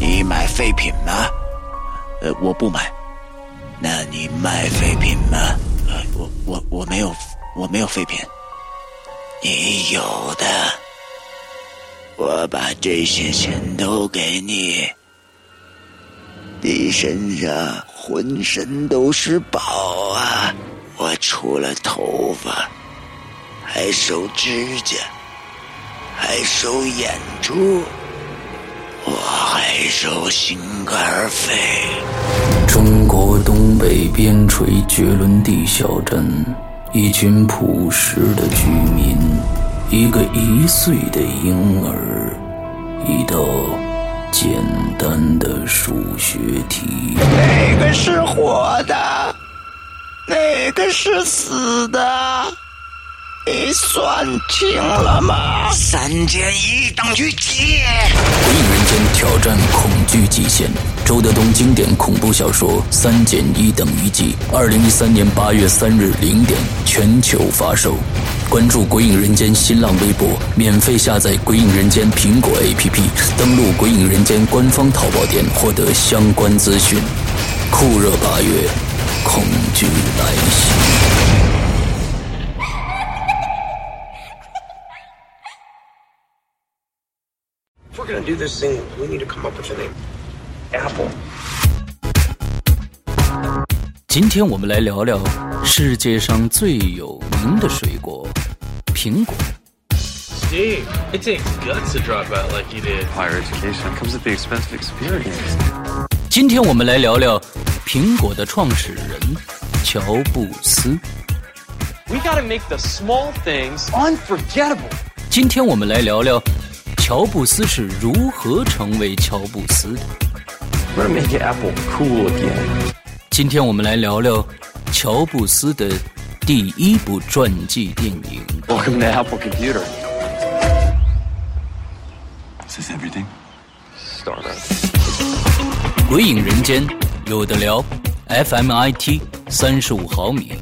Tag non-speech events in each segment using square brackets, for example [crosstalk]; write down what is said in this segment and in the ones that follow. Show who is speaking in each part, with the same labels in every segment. Speaker 1: 你买废品吗？呃，我不买。那你卖废品吗？呃，我我我没有，我没有废品。你有的，我把这些钱都给你。你身上浑身都是宝啊！我除了头发，还手指甲，还收眼珠，我还收心肝肺。
Speaker 2: 中国东北边陲绝伦地小镇，一群朴实的居民，一个一岁的婴儿，一道简单的数学题。
Speaker 1: 哪个是活的？哪个是死的？你算清了吗？三减一等于几？
Speaker 2: 一人间挑战恐惧极限，周德东经典恐怖小说《三减一等于几》，二零一三年八月三日零点全球发售。关注《鬼影人间》新浪微博，免费下载《鬼影人间》苹果 APP，登录《鬼影人间》官方淘宝店获得相关资讯。酷热八月，恐惧来袭。
Speaker 3: we're gonna do this thing, we need to come up with a name. Apple.
Speaker 2: 今天我们来聊聊世界上最有名的水果——苹果。
Speaker 4: Steve, it takes guts to drop out like you did.
Speaker 5: Higher education comes at the expense of experience.
Speaker 2: 今天我们来聊聊苹果的创始人乔布斯。
Speaker 6: We gotta make the small things unforgettable.
Speaker 2: 今天我们来聊聊乔布斯是如何成为乔布斯的。
Speaker 5: We're gonna make Apple cool again.
Speaker 2: 今天我们来聊聊乔布斯的第一部传记电影。
Speaker 5: Welcome to Apple Computer. Is this everything? Startup.
Speaker 2: 鬼影人间有的聊，FMIT 三十五毫米，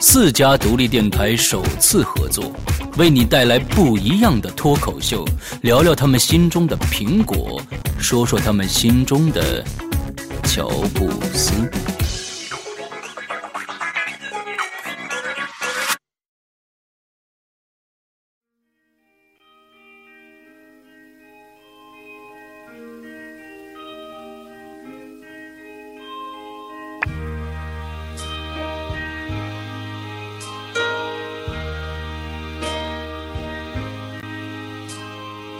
Speaker 2: 四家独立电台首次合作，为你带来不一样的脱口秀，聊聊他们心中的苹果，说说他们心中的乔布斯。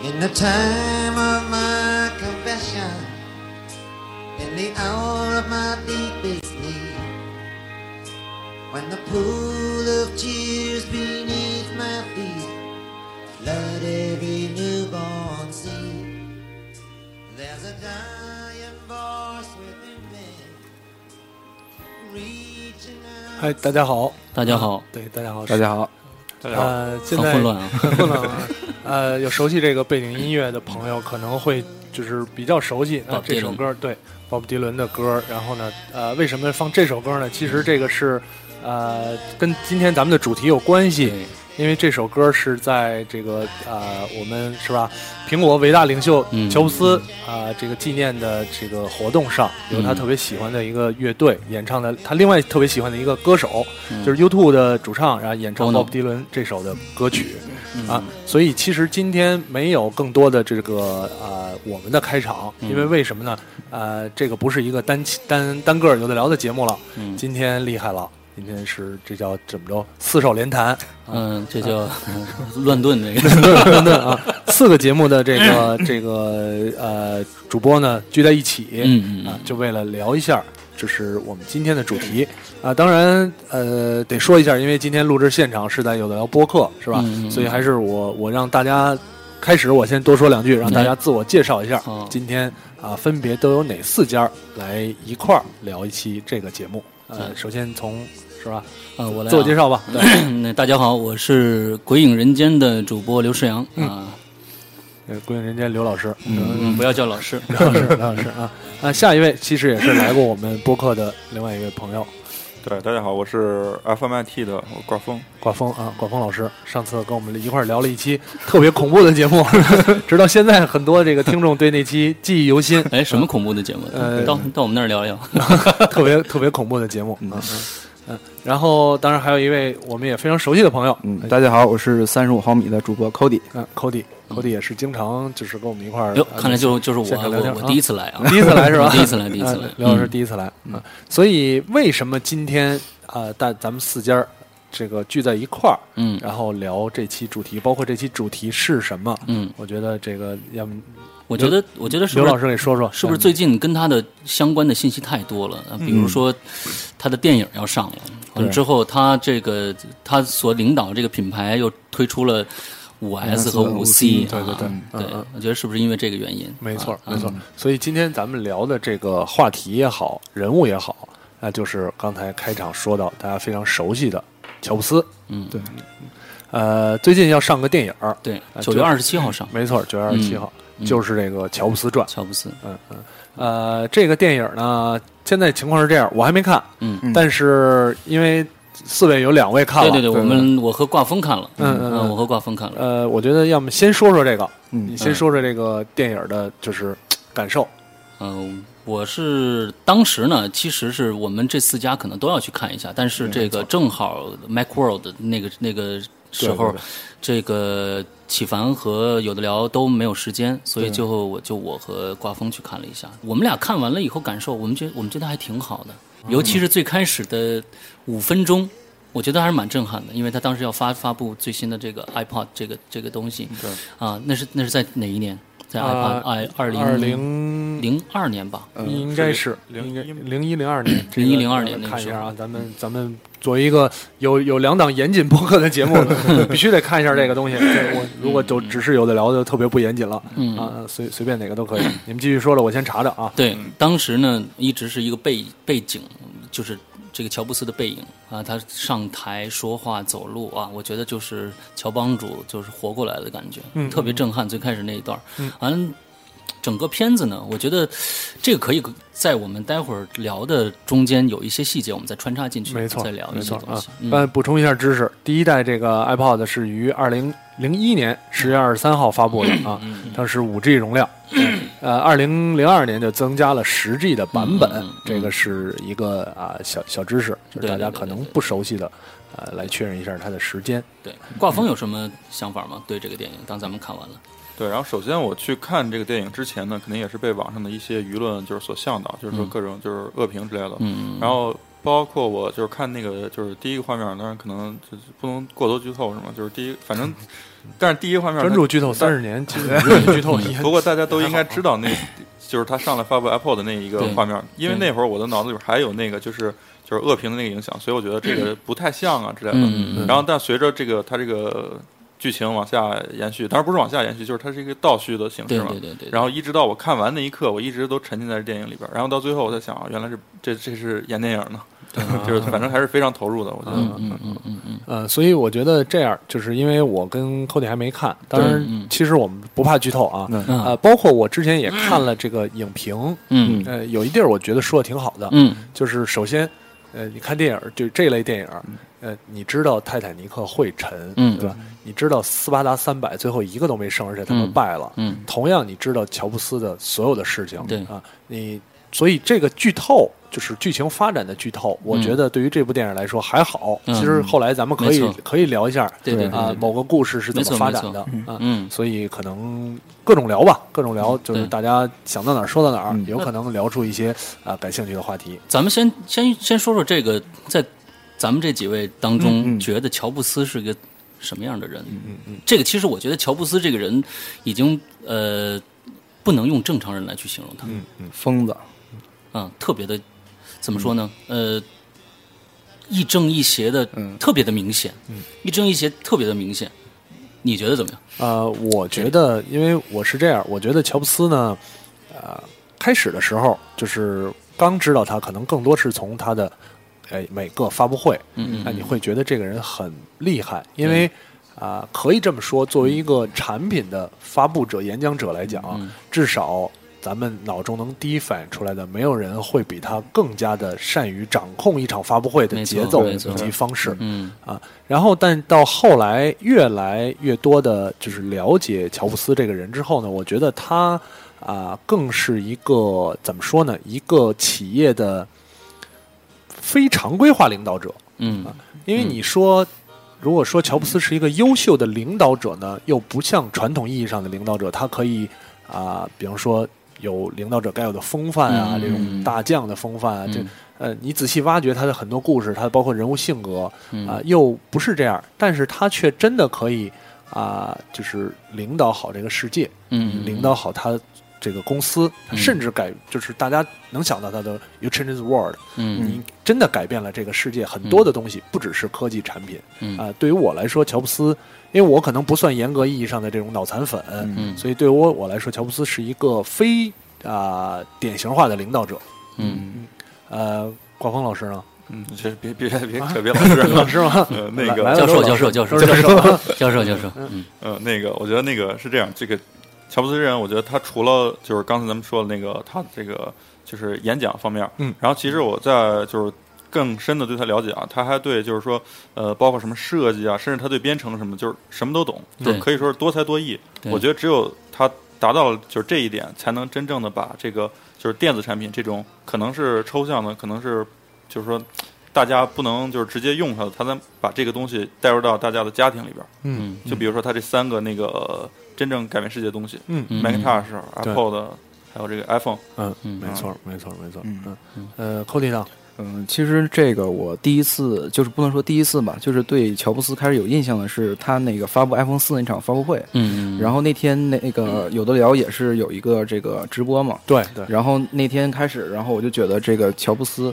Speaker 7: In the time of my confession, in the hour of my deepest need, when the pool of tears beneath my feet flood every newborn seed, there's a dying voice within me reaching out.
Speaker 8: 嗨，哎大家好，
Speaker 2: 大家好，
Speaker 8: 对，大家好，
Speaker 9: 大家好，
Speaker 8: 呃，现
Speaker 2: 很
Speaker 8: 在
Speaker 2: 混乱，啊！
Speaker 8: [laughs] 很混乱啊。呃，有熟悉这个背景音乐的朋友可能会就是比较熟悉那
Speaker 2: Bob
Speaker 8: 这首
Speaker 2: Dylan
Speaker 8: 歌，对，鲍勃迪伦的歌。然后呢，呃，为什么放这首歌呢？其实这个是呃跟今天咱们的主题有关系，
Speaker 2: 对
Speaker 8: 因为这首歌是在这个呃我们是吧，苹果伟大领袖
Speaker 2: 嗯
Speaker 8: 乔布斯啊、这个纪念的这个活动上，有他
Speaker 2: 嗯
Speaker 8: 特别喜欢的一个乐队演唱的，他另外特别喜欢的一个歌手，
Speaker 2: 嗯
Speaker 8: 就是 U2 的主唱，然后演唱
Speaker 2: Bono 嗯
Speaker 8: Bob Dylan 这首的歌曲。啊，所以其实今天没有更多的这个呃我们的开场，
Speaker 2: 嗯
Speaker 8: 因为为什么呢？呃，这个不是一个单期单单个儿有的聊的节目了，
Speaker 2: 嗯
Speaker 8: 今天厉害了，今天是这叫怎么着四手联弹，
Speaker 2: 嗯，这叫 [laughs] 乱炖那个。
Speaker 8: [laughs] 等等啊，四个节目的
Speaker 2: [laughs]
Speaker 8: 这个这个呃主播呢聚在一起，
Speaker 2: 嗯嗯
Speaker 8: 啊，就为了聊一下，这是我们今天的主题啊。当然，呃，得说一下，因为今天录制现场是在有的聊播客，是吧？
Speaker 2: 嗯嗯嗯
Speaker 8: 所以还是我我让大家开始，我先多说两句，让大家自我介绍一下，
Speaker 2: 嗯好
Speaker 8: 今天啊分别都有哪四家来一块儿聊一期这个节目。呃，首先从是吧，
Speaker 2: 啊，我来啊
Speaker 8: 自我介绍吧。对，
Speaker 2: 那 [coughs] 大家好，我是《鬼影人间》的主播刘世阳啊，
Speaker 8: 呃归隐人间刘老师，
Speaker 2: 嗯，不要叫老师，
Speaker 8: 老师，老师啊，啊，下一位其实也是来过我们播客的另外一位朋友，
Speaker 10: 对，大家好，我是 FMIT 的我挂风，
Speaker 8: 寡峰啊，寡峰老师上次跟我们一块儿聊了一期特别恐怖的节目， [laughs] 直到现在很多这个听众对那期记忆犹新， [laughs]
Speaker 2: [laughs] 哎，什么恐怖的节目？
Speaker 8: 呃啊
Speaker 2: 到到我们那儿聊聊。
Speaker 8: 特别特别恐怖的节目。嗯嗯嗯，然后当然还有一位我们也非常熟悉的朋友，哎
Speaker 11: 嗯，大家好，我是三十五毫米的主播 Cody。
Speaker 8: 嗯，Cody，Cody 也是经常就是跟我们一块儿
Speaker 2: 哟，
Speaker 8: 呃
Speaker 2: 看来就就是我
Speaker 8: 现场聊天
Speaker 2: 我
Speaker 8: 啊
Speaker 2: 我第一次来啊，
Speaker 8: [laughs] 第一次来是吧？
Speaker 2: [laughs] 第一次来，第一
Speaker 8: [laughs]
Speaker 2: 次来
Speaker 8: 嗯。刘老师
Speaker 2: 嗯
Speaker 8: 第一次来啊、嗯所以为什么今天啊，大、咱们四家儿这个聚在一块儿，
Speaker 2: 嗯
Speaker 8: 然后聊这期主题，包括这期主题是什么？
Speaker 2: 嗯，
Speaker 8: 我觉得这个要么
Speaker 2: 我觉得我觉得是
Speaker 8: 刘
Speaker 2: 不
Speaker 8: 老
Speaker 2: 是
Speaker 8: 师给说说，
Speaker 2: 是不是
Speaker 8: 嗯
Speaker 2: 最近跟他的相关的信息太多了？呃比如说他的电影要上了，完了之后他这个他所领导这个品牌又推出了五 S 和五 C，啊
Speaker 8: 对对对嗯
Speaker 2: 对
Speaker 8: 嗯，
Speaker 2: 我觉得是不是因为这个原因？
Speaker 8: 没错
Speaker 2: 啊，
Speaker 8: 没错。所以今天咱们聊的这个话题也好，人物也好，那就是刚才开场说到大家非常熟悉的乔布斯。
Speaker 2: 嗯，
Speaker 11: 对。
Speaker 8: 呃，最近要上个电影儿，
Speaker 2: 对，
Speaker 8: 啊
Speaker 2: 九
Speaker 8: 就
Speaker 2: 月二十七号上，
Speaker 8: 没错，九月二十七号、
Speaker 2: 嗯
Speaker 8: 就是这个《乔布斯传》。
Speaker 2: 乔布斯，
Speaker 8: 嗯嗯，呃，这个电影呢，现在情况是这样，我还没看，
Speaker 2: 嗯，
Speaker 8: 但是因为四位有两位看
Speaker 2: 对对
Speaker 8: 了，
Speaker 2: 对，我们我和挂风看了，
Speaker 8: 嗯嗯嗯
Speaker 2: 我和挂风看了，
Speaker 8: 呃，我觉得要么先说说这个，你
Speaker 11: 嗯，
Speaker 8: 先说说这个电影的，就是 [clears throat] 感受。
Speaker 2: 嗯，我是当时呢，其实是我们这四家可能都要去看一下，但
Speaker 8: 嗯
Speaker 2: 是这个正好 MacWorld 那个那个时候，
Speaker 8: 对对对
Speaker 2: 这个启凡和有的聊都没有时间，所以最后我就我和刮风去看了一下。我们俩看完了以后感受，我们觉我们觉得还挺好的，
Speaker 8: 哦
Speaker 2: 尤其是最开始的五分钟。我觉得还是蛮震撼的，因为他当时要发发布最新的这个 iPod 这个这个东西，对啊，那是那是在哪一年？在 iPod
Speaker 8: 啊
Speaker 2: 二二零
Speaker 8: 二零
Speaker 2: 零二年吧，
Speaker 8: 应该是零零一零二年，这个
Speaker 2: [clears throat] 零一零二年那个
Speaker 8: 看一
Speaker 2: 时
Speaker 8: 下
Speaker 2: 候
Speaker 8: 啊，咱们咱们作为一个有有两档严谨播客的
Speaker 2: [laughs]
Speaker 8: 节目，必须得看一下这个东西。这我如果就只是有的聊就特别不严谨了，
Speaker 2: 嗯
Speaker 8: 啊，随随便哪个
Speaker 2: [clears throat]
Speaker 8: 都可以。你们继续说了，我先查查啊。
Speaker 2: 对，当时呢一直是一个背背景，就是这个乔布斯的背影啊，他上台说话、走路啊，我觉得就是乔帮主就是活过来的感觉，
Speaker 8: 嗯
Speaker 2: 特别震撼。最开始那一段，完、了整个片子呢，我觉得这个可以在我们待会儿聊的中间有一些细节，我们再穿插进去，
Speaker 8: 没错，
Speaker 2: 再聊
Speaker 8: 没
Speaker 2: 一些
Speaker 8: 错
Speaker 2: 东
Speaker 8: 啊
Speaker 2: 西。。嗯
Speaker 8: 呃，补充一下知识，第一代这个 iPod 是于二零零一年十月二十三号发布的
Speaker 2: 嗯
Speaker 8: 啊，当时五 G 容量。
Speaker 2: [clears throat]
Speaker 8: 呃，二零零二年就增加了十 G 的版本
Speaker 2: 嗯嗯嗯，
Speaker 8: 这个是一个啊小小知识，就是
Speaker 2: 对
Speaker 8: 大家
Speaker 2: 对对
Speaker 8: 可能
Speaker 2: 对
Speaker 8: 不熟悉的，呃，来确认一下它的时间。
Speaker 2: 对，挂风有什么想法吗？对这个电影，当咱们看完了，
Speaker 10: 对，然后首先我去看这个电影之前呢，肯定也是被网上的一些舆论就是所向导，就是说
Speaker 2: 嗯
Speaker 10: 各种就是恶评之类的。
Speaker 2: 嗯，
Speaker 10: 然后包括我就是看那个就是第一个画面，当然可能就是不能过多剧透是吗？就是第一，反正但是第一个画面
Speaker 8: 专注剧透三十年，其实剧透一 [laughs]
Speaker 10: 不过大家都应该知道那，就是他上来发布 Apple 的那一个
Speaker 2: 对
Speaker 10: 画面，因为
Speaker 2: 对
Speaker 10: 那会儿我的脑子里边还有那个就是就是恶评的那个影响，所以我觉得这个不太像啊之类的。
Speaker 2: 嗯嗯嗯
Speaker 10: 然后但随着这个它这个剧情往下延续，当然不是往下延续，就是它是一个倒叙的形
Speaker 2: 对
Speaker 10: 式嘛。
Speaker 2: 对对对，
Speaker 10: 然后一直到我看完那一刻，我一直都沉浸在这电影里边儿。然后到最后，我在想啊，原来是这这是演电影呢，就是反正还是非常投入的，我觉得。
Speaker 2: 嗯嗯嗯嗯嗯，
Speaker 8: 呃，所以我觉得这样，就是因为我跟 Cody 还没看，当然
Speaker 2: 对嗯，
Speaker 8: 其实我们不怕剧透啊，
Speaker 2: 嗯
Speaker 8: 呃，包括我之前也看了这个影评，
Speaker 2: 嗯
Speaker 8: 呃，有一地儿我觉得说的挺好的，
Speaker 2: 嗯
Speaker 8: 就是首先，呃，你看电影就这类电影，呃，你知道泰坦尼克会沉，
Speaker 2: 嗯
Speaker 8: 对吧？你知道斯巴达三百最后一个都没剩，而且他们
Speaker 2: 嗯
Speaker 8: 败了，
Speaker 2: 嗯
Speaker 8: 同样，你知道乔布斯的所有的事情，
Speaker 2: 对
Speaker 8: 啊，你所以这个剧透就是剧情发展的剧透，我
Speaker 2: 嗯
Speaker 8: 觉得对于这部电影来说还好。
Speaker 2: 嗯
Speaker 8: 其实后来咱们可以
Speaker 2: 没错
Speaker 8: 可以聊一下，
Speaker 2: 对对对
Speaker 8: 啊
Speaker 2: 对，对
Speaker 8: 某个故事是怎
Speaker 2: 没
Speaker 8: 么
Speaker 2: 错
Speaker 8: 发展的
Speaker 2: 没
Speaker 8: 啊，
Speaker 2: 嗯
Speaker 8: 所以可能各种聊吧，各种聊，就是
Speaker 2: 对嗯
Speaker 8: 大家想到哪儿说到哪儿，有可能聊出一些啊感兴趣的话题。
Speaker 2: 咱们先先先说说这个，在咱们这几位当中，觉得乔布斯是个什么样的人？嗯嗯，这个其实我觉得乔布斯这个人已经呃不能用正常人来去形容他，嗯
Speaker 11: 疯子，
Speaker 2: 特别的怎么说呢？呃，亦正亦邪的，特别的明显，嗯，亦正亦邪特别的明显。你觉得怎么样？
Speaker 8: 呃，我觉得，因为我是这样，我觉得乔布斯呢，呃，开始的时候就是刚知道他，可能更多是从他的呃每个发布会，
Speaker 2: 嗯嗯
Speaker 8: 那你会觉得这个人很厉害，因为啊、啊
Speaker 2: 嗯
Speaker 8: 可以这么说，作为一个产品的发布者、演讲者来讲，至少。咱们脑中能第一反应出来的，没有人会比他更加的善于掌控一场发布会的
Speaker 2: 没错
Speaker 8: 节奏
Speaker 2: 没
Speaker 8: 以
Speaker 2: 错
Speaker 8: 及方式。
Speaker 2: 嗯
Speaker 8: 啊，然后但到后来越来越多的就是了解乔布斯这个人之后呢，我觉得他啊、更是一个怎么说呢，一个企业的非常规化领导者。
Speaker 2: 嗯
Speaker 8: 因为你说，如果说乔布斯是一个优秀的领导者呢，又不像传统意义上的领导者，他可以啊、比方说有领导者该有的风范啊，
Speaker 2: 嗯
Speaker 8: 这种大将的风范啊，这
Speaker 2: 嗯
Speaker 8: 呃，你仔细挖掘他的很多故事，他的包括人物性格啊、
Speaker 2: 嗯
Speaker 8: 又不是这样，但是他却真的可以啊、就是领导好这个世界，
Speaker 2: 嗯
Speaker 8: 领导好他。这个公司，
Speaker 2: 嗯
Speaker 8: 甚至改，就是大家能想到他的 “You Change the World”，
Speaker 2: 嗯
Speaker 8: 你真的改变了这个世界很多的东西，不只是科技产品。
Speaker 2: 嗯
Speaker 8: 啊、对于我来说，乔布斯，因为我可能不算严格意义上的这种脑残粉，
Speaker 2: 嗯
Speaker 8: 所以对我我来说，乔布斯是一个非啊、典型化的领导者。
Speaker 2: 嗯，
Speaker 8: 呃，挂风老师呢？
Speaker 10: 嗯，这别别别扯别老师
Speaker 8: 老师吗
Speaker 10: 呃那个
Speaker 8: 来来教授老师教授教授教授教授教授
Speaker 2: [laughs]
Speaker 8: 嗯
Speaker 10: 嗯呃，那个我觉得那个是这样，这个乔布斯这人，我觉得他除了就是刚才咱们说的那个他这个就是演讲方面，
Speaker 8: 嗯
Speaker 10: 然后其实我在就是。更深的对他了解啊，他还对就是说，呃，包括什么设计啊，甚至他对编程什么，就是什么都懂，就
Speaker 2: 对
Speaker 10: 是可以说是多才多艺。
Speaker 2: 对
Speaker 10: 我觉得只有他达到了就是这一点，才能真正的把这个就是电子产品这种可能是抽象的，可能是就是说大家不能就是直接用它，它能把这个东西带入到大家的家庭里边儿。
Speaker 8: 嗯嗯
Speaker 10: 就比如说它这三个那个呃真正改变世界的东西，
Speaker 8: 嗯嗯
Speaker 10: Macintosh、
Speaker 8: 嗯对
Speaker 10: Apple 的，还有这个 iPhone。
Speaker 8: 嗯嗯，没错，没错，没错。嗯呃，寇队长，
Speaker 11: 嗯，其实这个我第一次就是不能说第一次吧，就是对乔布斯开始有印象的是他那个发布 iPhone 四那场发布会。
Speaker 2: 嗯
Speaker 11: 然后那天那个有的聊也是有一个这个直播嘛。
Speaker 8: 对对
Speaker 11: 然后那天开始，然后我就觉得这个乔布斯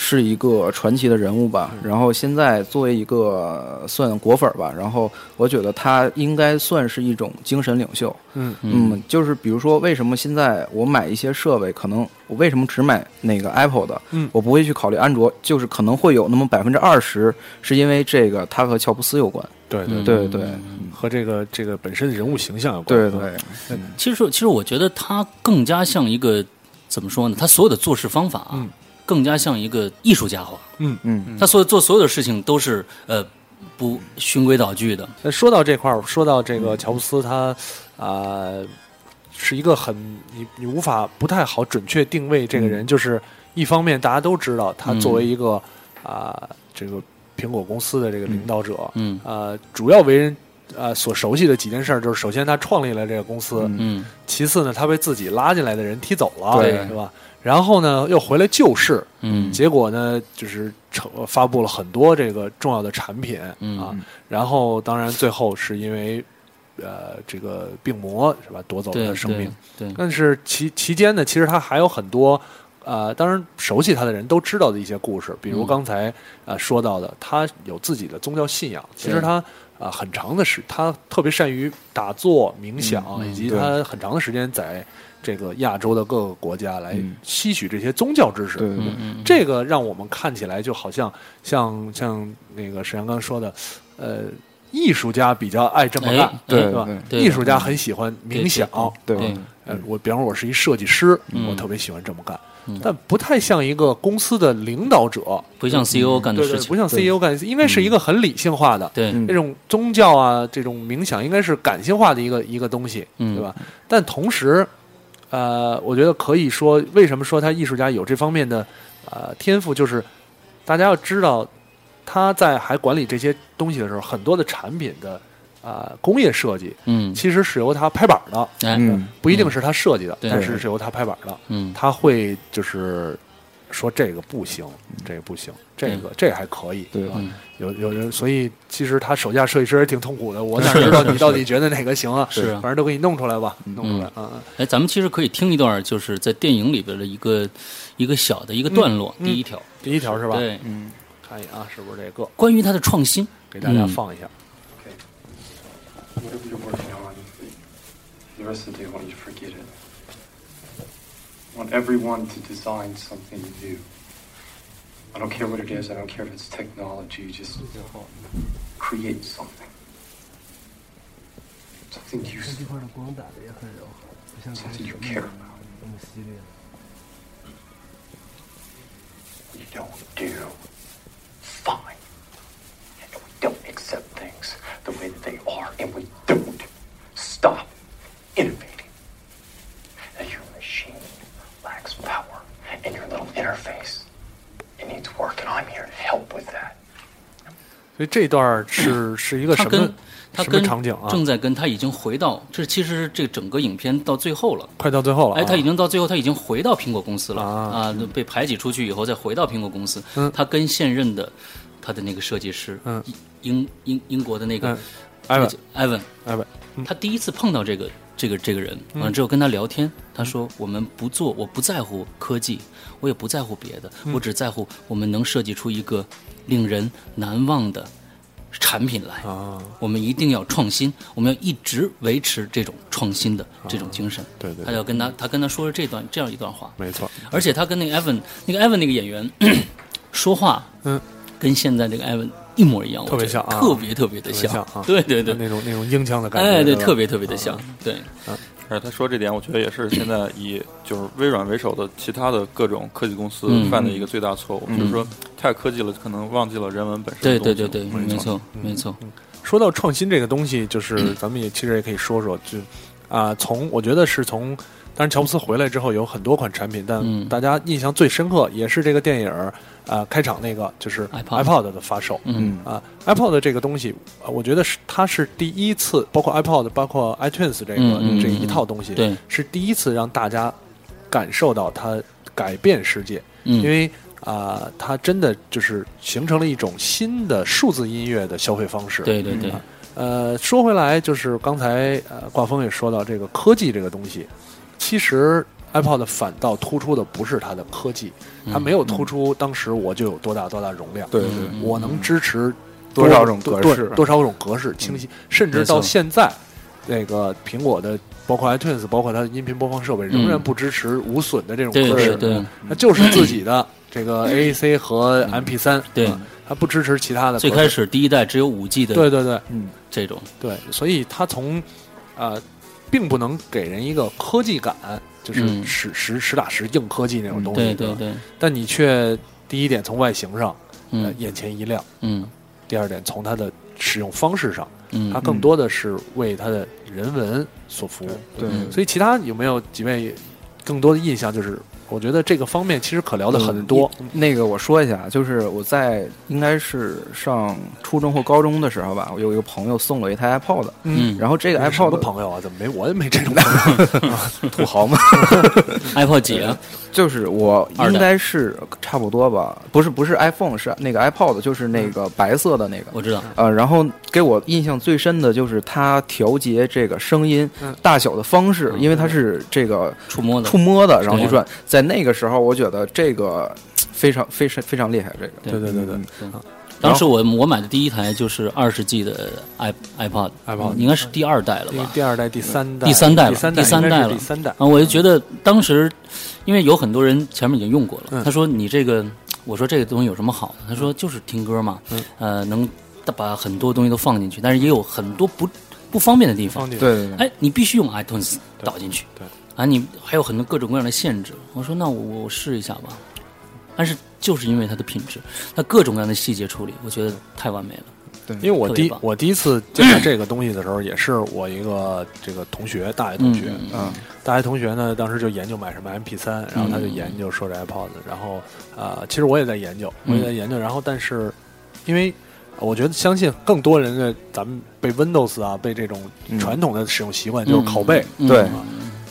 Speaker 11: 是一个传奇的人物吧。
Speaker 2: 嗯
Speaker 11: 然后现在作为一个算果粉儿吧，然后我觉得他应该算是一种精神领袖。
Speaker 8: 嗯
Speaker 11: 嗯，就是比如说，为什么现在我买一些设备，可能我为什么只买那个 Apple 的？
Speaker 8: 嗯
Speaker 11: 我不会去考虑安卓，就是可能会有那么百分之二十，是因为这个它和乔布斯有关。
Speaker 8: 对
Speaker 11: 对
Speaker 2: 对
Speaker 11: 对对
Speaker 8: 和这个这个本身人物形象有关。
Speaker 11: 对对，
Speaker 2: 其实其实我觉得他更加像一个怎么说呢？他所有的做事方法啊，更加像一个艺术家化。
Speaker 8: 嗯
Speaker 11: 嗯
Speaker 2: 他所有做所有的事情都是呃不循规蹈矩的。
Speaker 8: 那呃说到这块儿，说到这个乔布斯他，啊、是一个很你你无法不太好准确定位
Speaker 2: 嗯
Speaker 8: 这个人，就是一方面大家都知道他作为一个啊、这个苹果公司的这个领导者，
Speaker 2: 嗯
Speaker 8: 呃，主要为人呃所熟悉的几件事儿，就是首先他创立了这个公司，
Speaker 2: 嗯
Speaker 8: 其次呢，他被自己拉进来的人踢走了，
Speaker 2: 对
Speaker 8: 是吧？然后呢，又回来救市，
Speaker 2: 嗯
Speaker 8: 结果呢，就是成呃发布了很多这个重要的产品、
Speaker 2: 嗯
Speaker 8: 啊，然后当然最后是因为呃这个病魔是吧夺走了他
Speaker 2: 对
Speaker 8: 的生命，
Speaker 2: 对，对
Speaker 8: 但是其期间呢，其实他还有很多，呃，当然熟悉他的人都知道的一些故事，比如
Speaker 2: 嗯
Speaker 8: 刚才、呃说到的，他有自己的宗教信仰。其实他啊、呃很长的时，他特别善于打坐、冥想，
Speaker 2: 嗯嗯
Speaker 8: 以及
Speaker 11: 对
Speaker 8: 他很长的时间在这个亚洲的各个国家来
Speaker 11: 嗯
Speaker 8: 吸取这些宗教知识。
Speaker 11: 对对对嗯
Speaker 8: 这个让我们看起来就好像像像那个沈阳刚刚说的，呃。艺术家比较爱这么干，
Speaker 2: 哎对
Speaker 8: 吧
Speaker 2: 对？对
Speaker 8: 艺术家很喜欢
Speaker 2: 对
Speaker 8: 冥想，
Speaker 11: 对
Speaker 8: 吧
Speaker 2: 对
Speaker 8: 呃，我比方说我是一设计师，
Speaker 2: 嗯
Speaker 8: 我特别喜欢这么干
Speaker 2: 嗯，
Speaker 8: 但不太像一个公司的领导者，
Speaker 2: 不像 CEO 干的
Speaker 8: 嗯对
Speaker 2: 事
Speaker 8: 对，
Speaker 2: 情
Speaker 8: 不像嗯 CEO 干，应该是一个很理性化的，
Speaker 2: 对
Speaker 8: 这种宗教啊，这种冥想应该是感性化的一个一个东西，
Speaker 2: 嗯
Speaker 8: 对吧？但同时，呃，我觉得可以说，为什么说他艺术家有这方面的呃天赋，就是大家要知道，他在还管理这些东西的时候，很多的产品的呃工业设计，
Speaker 2: 嗯
Speaker 8: 其实是由他拍板的，
Speaker 2: 哎
Speaker 11: 嗯
Speaker 8: 不一定是他设计的，
Speaker 2: 对
Speaker 8: 但是是由他拍板的。
Speaker 2: 嗯
Speaker 8: 他会就是说这个不行，这个不行，这个这还可以，
Speaker 11: 对
Speaker 8: 吧
Speaker 2: 嗯？
Speaker 8: 有有人，所以其实他手下设计师也挺痛苦的。我
Speaker 2: [laughs]
Speaker 8: 哪知道你到底觉得哪个行啊？
Speaker 2: 是是啊
Speaker 8: 反正都给你弄出来吧，弄出来啊。嗯
Speaker 2: 哎，咱们其实可以听一段，就是在电影里边的一个一个小的一个段落，
Speaker 8: 嗯
Speaker 2: 第一条，
Speaker 8: 第一条是吧？
Speaker 2: 对，
Speaker 8: 看一眼啊，是不是这个？
Speaker 2: 关于他的创新，
Speaker 8: 给大家
Speaker 2: 嗯
Speaker 8: 放一下。
Speaker 5: Whatever you're working on, the rest of the day, I want you to forget it.
Speaker 12: I want everyone to design something new. I don't care what it is. I don't care if it's technology. Just create something. Something useful. Something you care about.
Speaker 4: 犀利了。
Speaker 12: We don't do fine. And we don't accept things the way that they are, and we don't stop innovating. Now your machine lacks power, and your little interface, it needs work, and I'm here to help with that.
Speaker 8: 所以这段
Speaker 2: [coughs]
Speaker 8: 是是一个
Speaker 2: 他
Speaker 8: 什么
Speaker 2: 跟他
Speaker 8: 什么
Speaker 2: 跟
Speaker 8: 场景啊？
Speaker 2: 正在跟他已经回到，这其实是这整个影片到最后了。
Speaker 8: 快到最后了啊，
Speaker 2: 哎，他已经到最后，他已经回到苹果公司了啊、被排挤出去以后，再回到苹果公司。
Speaker 8: 嗯
Speaker 2: 他跟现任的他的那个设计师，
Speaker 8: 嗯
Speaker 2: 英英英国的那个
Speaker 8: 嗯艾文
Speaker 2: 艾文
Speaker 8: 艾文，
Speaker 2: 他第一次碰到这个这个这个人，
Speaker 8: 嗯
Speaker 2: 完了之后跟他聊天，他说：“我们不做，我不在乎科技，我也不在乎别的，
Speaker 8: 嗯
Speaker 2: 我只在乎我们能设计出一个令人难忘的产品
Speaker 8: 啊
Speaker 2: 来。我们一定要创新，我们要一直维持这种创新的这种精神。
Speaker 8: 嗯对对嗯
Speaker 2: 他要跟他他跟他说了这段这样一段话，
Speaker 8: 没错，
Speaker 2: 而且他跟那个 Evan 那个 Evan 那个演
Speaker 8: [clears throat]
Speaker 2: 员说话，
Speaker 8: 嗯，
Speaker 2: 跟现在这个 Evan 一模一样，
Speaker 8: 特别像
Speaker 2: 我觉
Speaker 8: 啊，
Speaker 2: 得特别特别的
Speaker 8: 像啊，
Speaker 2: 对对对，
Speaker 8: 那种那种英腔的感觉，
Speaker 2: 哎，对，
Speaker 8: 吧啊
Speaker 2: 特别特别的像，对。
Speaker 10: 而他说这点，我觉得也是现在以就是微软为首的其他的各种科技公司
Speaker 2: 嗯
Speaker 10: 犯的一个最大错误，
Speaker 2: 嗯
Speaker 10: 就是说太科技了，可能忘记了人文本身
Speaker 2: 对
Speaker 10: 的东
Speaker 2: 对
Speaker 10: 西。
Speaker 2: 对对，没错
Speaker 8: 嗯
Speaker 2: 没错，
Speaker 8: 说到创新这个东西，
Speaker 2: 嗯
Speaker 8: 就是咱们也其实也可以说说，就啊、从我觉得是从，当然乔布斯回来之后有很多款产品，但
Speaker 2: 嗯
Speaker 8: 大家印象最深刻也是这个电影儿啊、开场那个就是
Speaker 2: iPod
Speaker 8: iPod 的发售，
Speaker 2: 嗯
Speaker 8: 啊、i p o d 这个东西，呃我觉得是它是第一次，包括 iPod，包括 iTunes 这个、
Speaker 2: 嗯嗯
Speaker 8: 这一套东西，
Speaker 2: 对
Speaker 8: 是第一次让大家感受到它改变世界，
Speaker 2: 嗯
Speaker 8: 因为。啊、它真的就是形成了一种新的数字音乐的消费方式。
Speaker 2: 对对对
Speaker 8: 啊呃，说回来，就是刚才呃，挂风也说到这个科技这个东西，其实 iPod 反倒突出的不是它的科技，它
Speaker 11: 嗯
Speaker 8: 没有突出当时我就有多大多大容量，
Speaker 11: 对对嗯
Speaker 8: 我能支持
Speaker 11: 多少种格
Speaker 8: 多
Speaker 11: 式嗯
Speaker 8: 多多少种格式清晰，甚至
Speaker 11: 没错
Speaker 8: 到现在，那个苹果的包括 iTunes，包括它的音频播放设备，仍然
Speaker 11: 嗯
Speaker 8: 不支持无损的这种
Speaker 11: 对
Speaker 8: 格式，
Speaker 11: 对对嗯
Speaker 8: 它就是自己的这个 AAC 和 MP 三，
Speaker 2: 对
Speaker 8: 嗯，它不支持其他的格式。
Speaker 2: 最开始第一代只有五 G 的，
Speaker 8: 对对对，
Speaker 2: 嗯，这种
Speaker 8: 对，所以它从呃，并不能给人一个科技感，就是
Speaker 2: 嗯
Speaker 8: 实实实打实硬科技那种东西。
Speaker 2: 对
Speaker 8: 吧
Speaker 2: 对对，
Speaker 8: 但你却第一点从外形上，
Speaker 2: 嗯
Speaker 8: 呃眼前一亮，
Speaker 2: 嗯，
Speaker 8: 第二点从它的使用方式上，
Speaker 2: 嗯
Speaker 8: 它更多的是为它的人文所服务。
Speaker 11: 对对对
Speaker 8: 嗯所以其他有没有几位更多的印象？就是我觉得这个方面其实可聊的很多。
Speaker 11: 嗯那个我说一下，就是我在应该是上初中或高中的时候吧，我有一个朋友送了我一台 iPod，
Speaker 8: 嗯
Speaker 11: 然后这个
Speaker 8: 你是什么
Speaker 11: iPod
Speaker 8: 朋友啊，怎么没我也没这种朋
Speaker 2: [laughs]
Speaker 8: 友
Speaker 11: 土豪嘛
Speaker 2: iPod 几啊？
Speaker 8: 呃
Speaker 11: 就是我
Speaker 2: 二代
Speaker 11: 应该是差不多吧，不是不是 iPhone，是那个 iPod，就是那个白色的那个。
Speaker 2: 嗯我知道。
Speaker 11: 呃，然后给我印象最深的就是它调节这个声音
Speaker 2: 嗯
Speaker 11: 大小的方式，因为它是这个
Speaker 2: 触摸的
Speaker 11: 触摸的，然后去
Speaker 2: 对
Speaker 11: 转。在那个时候，我觉得这个非常非常非常厉害，这个。
Speaker 2: 对对
Speaker 8: 对对。
Speaker 2: 当时我我买的第一台就是二十 G 的 i iPod
Speaker 8: iPod
Speaker 2: 应该是第二代了吧？
Speaker 8: 第二代、第三代、
Speaker 2: 第三代了，
Speaker 8: 第三代应该
Speaker 2: 代
Speaker 8: 是
Speaker 2: 了，
Speaker 8: 第三代。
Speaker 2: 啊！我就觉得当时，因为有很多人前面已经用过了，
Speaker 8: 嗯
Speaker 2: 他说你这个，我说这个东西有什么好的？他说就是听歌嘛，
Speaker 8: 嗯
Speaker 2: 呃，能把很多东西都放进去，但是也有很多不不方便的地方。
Speaker 11: 方便对对对
Speaker 2: 哎，你必须用 iTunes 导进去。
Speaker 8: 嗯对
Speaker 2: 啊，你还有很多各种各样的限制。我说那我我试一下吧，但是就是因为它的品质，它各种各样的细节处理，我觉得太完美了。
Speaker 11: 对
Speaker 8: 因为我
Speaker 2: 特
Speaker 8: 第
Speaker 2: 别
Speaker 8: 一
Speaker 2: 棒
Speaker 8: 我第一次见到这个东西的时候，也是我一个这个同学，大学同学，
Speaker 11: 嗯嗯嗯
Speaker 8: 大学同学呢，当时就研究买什么 MP 三，然后他就
Speaker 11: 嗯
Speaker 8: 研究说这 iPod，然后呃，其实我也在研究，我
Speaker 11: 嗯
Speaker 8: 也在研究，然后但是因为呃我觉得相信更多人的咱们被 Windows 啊，被这种
Speaker 11: 嗯
Speaker 8: 传统的使用习惯就是拷贝，
Speaker 11: 嗯对
Speaker 8: 啊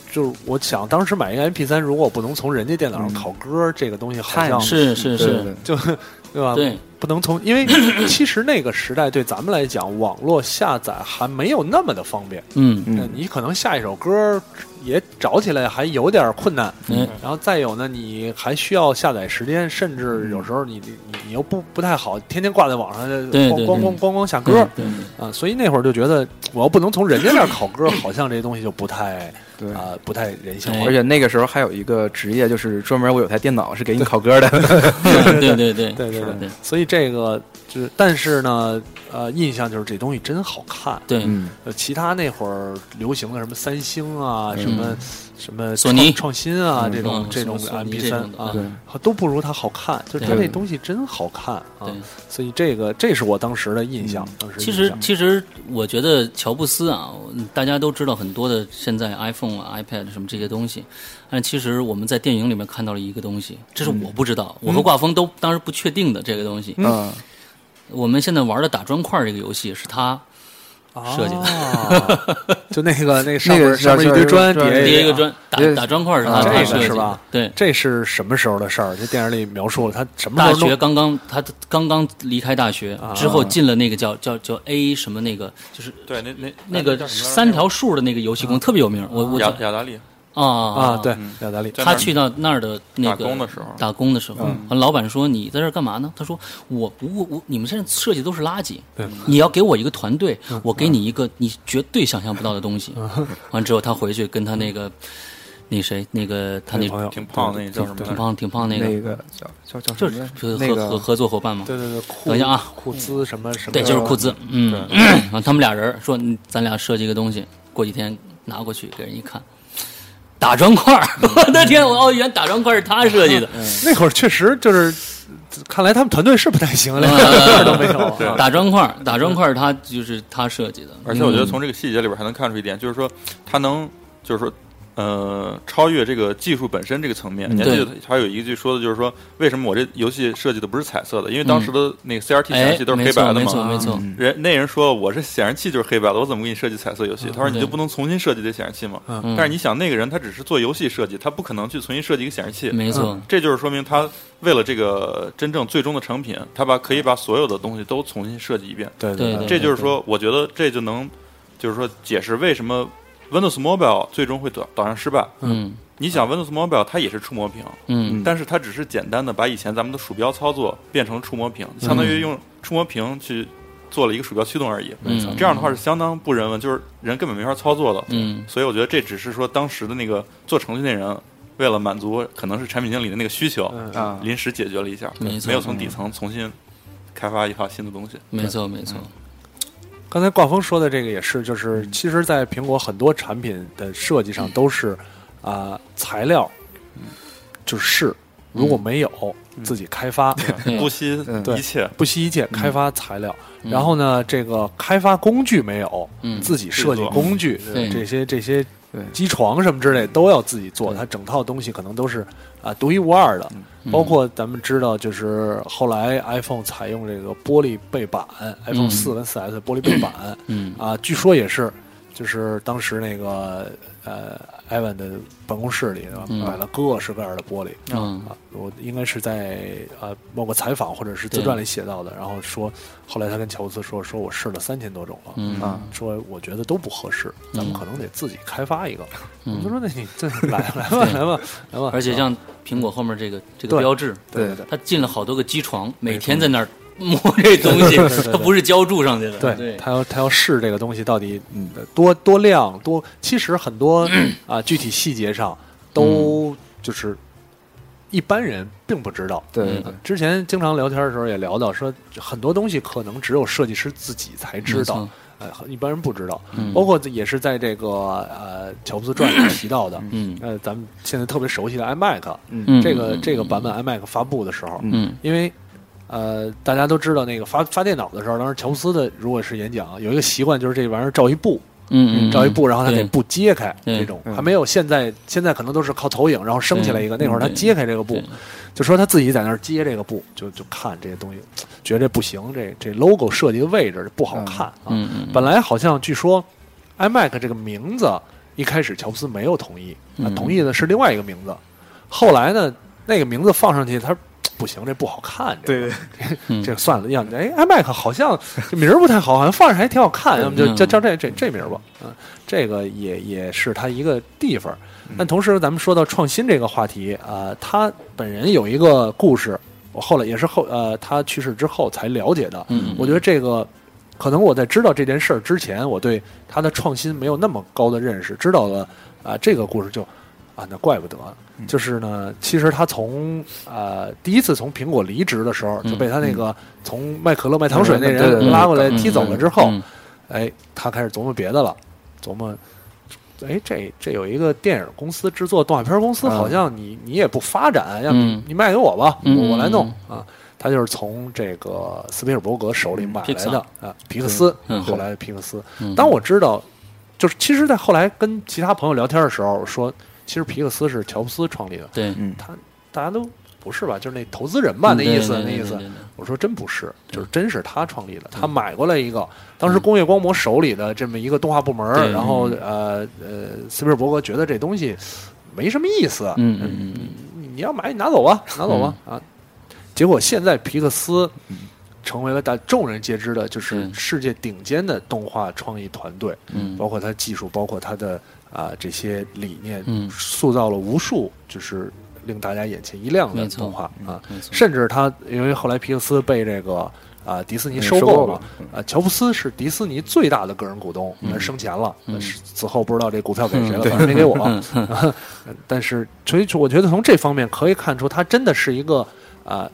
Speaker 8: 就是我想当时买一个 MP 三，如果我不能从人家电
Speaker 11: 嗯
Speaker 8: 脑上拷歌，这个东西好像
Speaker 2: 太是是哎是对
Speaker 8: 就对吧？
Speaker 2: 对，
Speaker 8: 不能从，
Speaker 2: [coughs]
Speaker 8: 因为其实那个时代对咱们来讲，网络下载还没有那么的方便。
Speaker 2: 嗯
Speaker 8: 那
Speaker 2: 嗯
Speaker 8: 你可能下一首歌也找起来还有点困难。
Speaker 2: 嗯
Speaker 8: 然后再有呢，你还需要下载时间，甚至有时候你你你你又不不太好，天天挂在网上，
Speaker 2: 对
Speaker 8: 咣
Speaker 2: 对
Speaker 8: 咣
Speaker 2: 对
Speaker 8: 咣咣咣下歌。
Speaker 2: 对对
Speaker 8: 啊，所以那会儿就觉得，我要不能从人家那儿考
Speaker 2: [coughs]
Speaker 8: 歌，好像这东西就不太
Speaker 11: 对
Speaker 8: 啊、不太人
Speaker 2: 哎
Speaker 8: 性化。
Speaker 11: 而且那个时候还有一个职业，就是专门我有台电脑是给你考歌的。
Speaker 2: [laughs] [laughs] 对对对
Speaker 8: [laughs] 对对
Speaker 2: 是
Speaker 8: 对
Speaker 2: 对，
Speaker 8: 所以这个就是，但是呢，呃，印象就是这东西真好看。
Speaker 2: 对嗯
Speaker 8: 呃，其他那会儿流行的什么三星啊，
Speaker 2: 嗯
Speaker 8: 什么什么
Speaker 2: 索尼
Speaker 8: 创创新啊
Speaker 2: 嗯
Speaker 8: 这种
Speaker 2: 嗯
Speaker 8: 这种
Speaker 2: 索索尼
Speaker 8: MP
Speaker 2: 这
Speaker 8: 三
Speaker 2: 种的
Speaker 8: 啊
Speaker 2: 对，
Speaker 8: 都不如它好看，就是它
Speaker 2: 对
Speaker 8: 那东西真好看啊
Speaker 2: 对。
Speaker 8: 所以这个这是我当时的印象，当时
Speaker 2: 其
Speaker 8: 印
Speaker 2: 实
Speaker 8: 象
Speaker 2: 其实我觉得乔布斯啊，大家都知道很多的现在 iPhone 啊、iPad 什么这些东西，但其实我们在电影里面看到了一个东西，这是
Speaker 11: 嗯
Speaker 2: 我不知道，
Speaker 11: 嗯
Speaker 2: 我和挂风都当时不确定的这个东西。
Speaker 11: 嗯，
Speaker 2: 我们现在玩的打砖块这个游戏是他设计的。
Speaker 8: 哦 [laughs] 就那个那个上
Speaker 2: 那
Speaker 8: 面
Speaker 2: 个
Speaker 8: 上面一
Speaker 2: 上
Speaker 8: 堆
Speaker 2: 面
Speaker 8: 砖，
Speaker 2: 一个
Speaker 8: 底下
Speaker 2: 一个
Speaker 8: 啊
Speaker 2: 砖打
Speaker 8: 这
Speaker 2: 打砖块是吧
Speaker 8: 啊
Speaker 2: 他
Speaker 8: 这
Speaker 2: 设
Speaker 8: 个
Speaker 2: 计
Speaker 8: 是
Speaker 2: 的
Speaker 8: 吧？
Speaker 2: 对，
Speaker 8: 这是什么时候的事儿？这电影里描述了他什么时
Speaker 2: 大
Speaker 8: 候弄
Speaker 2: 学刚刚他刚刚离开大学之后进了那个叫叫叫 A 什么那个就是
Speaker 10: 对那那
Speaker 2: 那
Speaker 10: 叫
Speaker 2: 个
Speaker 10: 什么来着
Speaker 2: 三条数的那个游戏公司特别有名，我我
Speaker 10: 雅雅达利
Speaker 2: 啊
Speaker 10: 啊对
Speaker 2: 嗯
Speaker 10: 雅达利
Speaker 2: 他去到那儿的那个
Speaker 10: 打工的时候
Speaker 2: 打工的时候
Speaker 10: 嗯，
Speaker 2: 老板说你在这儿干嘛呢？他说我我我你们现在设计都是垃圾
Speaker 10: 对，
Speaker 2: 你要给我一个团队，我给你一个你绝对想象不到的东西。 [laughs] 完之后他回去跟他那个那谁那个他那
Speaker 10: 那朋友挺胖那个叫什么来着
Speaker 2: 挺胖挺胖那
Speaker 11: 那个叫叫
Speaker 2: 就
Speaker 11: 叫
Speaker 2: 是
Speaker 11: 什么
Speaker 2: 合
Speaker 11: 那个
Speaker 2: 合合作伙伴嘛。
Speaker 8: 对对对，库
Speaker 2: 等一下啊，
Speaker 8: 库兹什么什么，
Speaker 2: 对，就是库兹，嗯， [clears throat] 然后他们俩人说，嗯咱俩设计一个东西，过几天拿过去给人一看，打砖块儿， [laughs] 我的天，我哦，原来打砖块儿是他设计的， [laughs]
Speaker 8: 那会儿确实就是，看来他们团队是不太行，连
Speaker 2: 呃
Speaker 8: 个都没有啊。
Speaker 2: 打砖块儿，打砖块儿，他就是他设计的，
Speaker 10: 而且我觉得
Speaker 2: 嗯
Speaker 10: 从这个细节里边还能看出一点，就是说他能，就是说，呃，超越这个技术本身这个层面。
Speaker 2: 嗯
Speaker 10: 你还记得
Speaker 2: 对
Speaker 10: 他有一句说的，就是说，为什么我这游戏设计的不是彩色的？因为当时的那个 CRT
Speaker 2: 哎
Speaker 10: 显示器都是黑白的嘛。
Speaker 2: 没错没错没错
Speaker 10: 嗯人那人说我这显示器就是黑白的，我怎么给你设计彩色游戏？他说你
Speaker 2: 嗯对
Speaker 10: 就不能重新设计这显示器吗？
Speaker 2: 嗯
Speaker 10: 但是你想，那个人他只是做游戏设计，他不可能去重新设计一个显示器。
Speaker 2: 没错
Speaker 10: 嗯这就是说明他为了这个真正最终的成品，他把可以把所有的东西都重新设计一遍。
Speaker 8: 对
Speaker 2: 对对对
Speaker 10: 这就
Speaker 2: 嗯
Speaker 10: 是
Speaker 2: 对
Speaker 10: 说，我觉得这就能，就是说解释为什么 Windows Mobile 最终会导导向失败。
Speaker 2: 嗯，
Speaker 10: 你想 Windows Mobile 它也是触摸屏，
Speaker 2: 嗯
Speaker 10: 但是它只是简单的把以前咱们的鼠标操作变成触摸屏，相当于用触摸屏去做了一个鼠标驱动而已。
Speaker 2: 嗯没错
Speaker 10: 这样的话是相当不人文，就是人根本没法操作的。
Speaker 2: 嗯，
Speaker 10: 所以我觉得这只是说当时的那个做程序那人。为了满足可能是产品经理的那个需求，
Speaker 2: 嗯
Speaker 10: 临时解决了一下，
Speaker 2: 没错嗯
Speaker 10: 有从底层重新开发一套新的东西。
Speaker 2: 没错没错，
Speaker 10: 嗯
Speaker 8: 刚才挂风说的这个也是，就是其实，在苹果很多产品的设计上都是啊、材料就是试，如果没有自己开发，啊
Speaker 2: 嗯
Speaker 10: 对不惜
Speaker 8: 对
Speaker 10: 一切
Speaker 8: 不惜一切开发材料。
Speaker 10: 嗯
Speaker 8: 然后呢，这个开发工具没有，
Speaker 10: 嗯
Speaker 8: 自己设计工具
Speaker 10: 自己做，对
Speaker 8: 这些这些机床什么之类都要自己做，它整套东西可能都是啊独一无二
Speaker 10: 嗯
Speaker 8: 的。嗯包括咱们知道，就是后来 iPhone 采用这个玻璃背板，iPhone
Speaker 10: 嗯
Speaker 8: 四跟四 S 玻璃背板，
Speaker 2: 嗯
Speaker 8: 啊，据说也是，就是当时那个呃艾文的办公室里
Speaker 2: 嗯
Speaker 8: 买了各式各样的玻璃，
Speaker 2: 嗯
Speaker 8: 啊，我应该是在呃某个采访或者是自传里写到
Speaker 2: 嗯
Speaker 8: 的，然后说后来他跟乔布斯说，说我试了三千多种了，
Speaker 2: 嗯啊，
Speaker 8: 说我觉得都不合适，咱们可能得自己开发一个，
Speaker 2: 嗯
Speaker 8: 我说那你
Speaker 2: [laughs]
Speaker 8: 这来来吧来吧来吧，
Speaker 2: 而
Speaker 10: 啊
Speaker 2: 且像苹果后面这个这个标志，
Speaker 8: 对对对对
Speaker 2: 他进了好多个机床，每天在那儿摸这东西
Speaker 8: 对对对，对
Speaker 2: 他不是浇筑上去的，
Speaker 8: 对，他要他要试这个东西到底呃多多亮多，其实很多啊具体细节上都就是一般人并不知道。
Speaker 11: 对
Speaker 8: 嗯之前经常聊天的时候也聊到说，很多东西可能只有设计师自己才知
Speaker 11: 没
Speaker 8: 道
Speaker 11: 错。
Speaker 8: 呃，一般人不知道，
Speaker 11: 嗯
Speaker 8: 包括也是在这个呃《乔布斯传》里提到的，
Speaker 2: 嗯
Speaker 8: 呃，咱们现在特别熟悉的 iMac，
Speaker 2: 嗯
Speaker 8: 这个
Speaker 2: 嗯
Speaker 8: 这个版本 iMac 发布的时候，
Speaker 2: 嗯
Speaker 8: 因为呃，大家都知道那个发发电脑的时候，当时乔布斯的如果是演讲，有一个习惯就是这玩意儿照一布，
Speaker 2: 嗯嗯
Speaker 8: 照一布，然后他
Speaker 2: 对
Speaker 8: 给布揭开，
Speaker 2: 对
Speaker 8: 这种
Speaker 2: 嗯
Speaker 8: 还没有现在现在可能都是靠投影，然后升起来一个，
Speaker 2: 对
Speaker 8: 那会儿他
Speaker 2: 嗯
Speaker 8: 揭开这个布
Speaker 2: 对，
Speaker 8: 就说他自己在那儿揭这个布，就就看这些东西，觉得这不行，这这 logo 设计的位置不好看啊，
Speaker 2: 嗯嗯
Speaker 8: 本来好像据说 iMac 这个名字一开始乔布斯没有同意，啊，
Speaker 2: 嗯
Speaker 8: 同意的是另外一个名字。后来呢，那个名字放上去，他说不行，这不好看，这个、对，这个算了，要不哎，iMac 好像这名儿不太好，好像放上还挺好看，要么就
Speaker 2: 嗯
Speaker 8: 叫叫这这这名儿吧，嗯，这个也也是他一个地方。但同时，咱们说到创新这个话题啊、他本人有一个故事，我后来也是后呃，他去世之后才了解的。
Speaker 2: 嗯嗯
Speaker 8: 我觉得这个可能我在知道这件事儿之前，我对他的创新没有那么高的认识。知道了啊、这个故事就啊，那怪不得。就是呢，其实他从呃第一次从苹果离职的时候，就被他那个从卖可乐卖糖水那
Speaker 11: 对对对
Speaker 8: 人拉过来
Speaker 11: 嗯
Speaker 8: 踢走了之后
Speaker 11: 嗯，
Speaker 8: 哎，他开始琢磨别的了，琢磨哎，这这有一个电影公司制作动画片公司，
Speaker 11: 嗯
Speaker 8: 好像你你也不发展，要不
Speaker 11: 嗯
Speaker 8: 你卖给我吧，
Speaker 11: 嗯
Speaker 8: 我我来弄
Speaker 11: 嗯
Speaker 8: 啊。他就是从这个斯皮尔伯格手里买来的
Speaker 11: Pixar
Speaker 8: 啊，皮克斯，
Speaker 11: 嗯
Speaker 8: 后来的皮克斯
Speaker 11: 嗯。
Speaker 8: 当我知道，就是其实，在后来跟其他朋友聊天的时候说，其实皮克斯是乔布斯创立的，
Speaker 2: 对，嗯
Speaker 8: 他大家都不是吧？就是那投资人吧，
Speaker 2: 嗯
Speaker 8: 那意思，
Speaker 2: 对对
Speaker 8: 那
Speaker 2: 对
Speaker 8: 意思
Speaker 2: 对对。
Speaker 8: 我说真不是，
Speaker 2: 嗯
Speaker 8: 就是真是他创立的，他买过来一个，当时工业光魔手里的这么一个动画部门儿，
Speaker 2: 对嗯
Speaker 8: 然后呃呃，斯皮尔伯格觉得这东西没什么意思，
Speaker 2: 嗯嗯
Speaker 8: 嗯，你你要买你拿走吧，拿走吧啊。结果现在皮克斯
Speaker 2: 嗯
Speaker 8: 成为了大众人皆知的，就是世界顶尖的动画创意团队，
Speaker 2: 嗯
Speaker 8: 包括它技术，包括它的啊、这些理念，
Speaker 2: 嗯
Speaker 8: 塑造了无数就是令大家眼前一亮的
Speaker 2: 没错嗯
Speaker 8: 动画啊
Speaker 2: 没，错
Speaker 8: 甚至它因为后来皮克斯被这个。啊，迪士尼
Speaker 11: 嗯
Speaker 8: 收
Speaker 11: 收
Speaker 8: 购
Speaker 11: 购了
Speaker 8: 啊，乔布斯是迪士尼最大的个人股东，
Speaker 11: 嗯
Speaker 8: 呃生前了，
Speaker 11: 嗯
Speaker 8: 呃是此后不知道这股票给谁了，
Speaker 11: 嗯对
Speaker 8: 反正没给我。
Speaker 11: 嗯
Speaker 8: 啊 [laughs] 但是，所以我觉得从这方面可以看出，他真的是一个啊、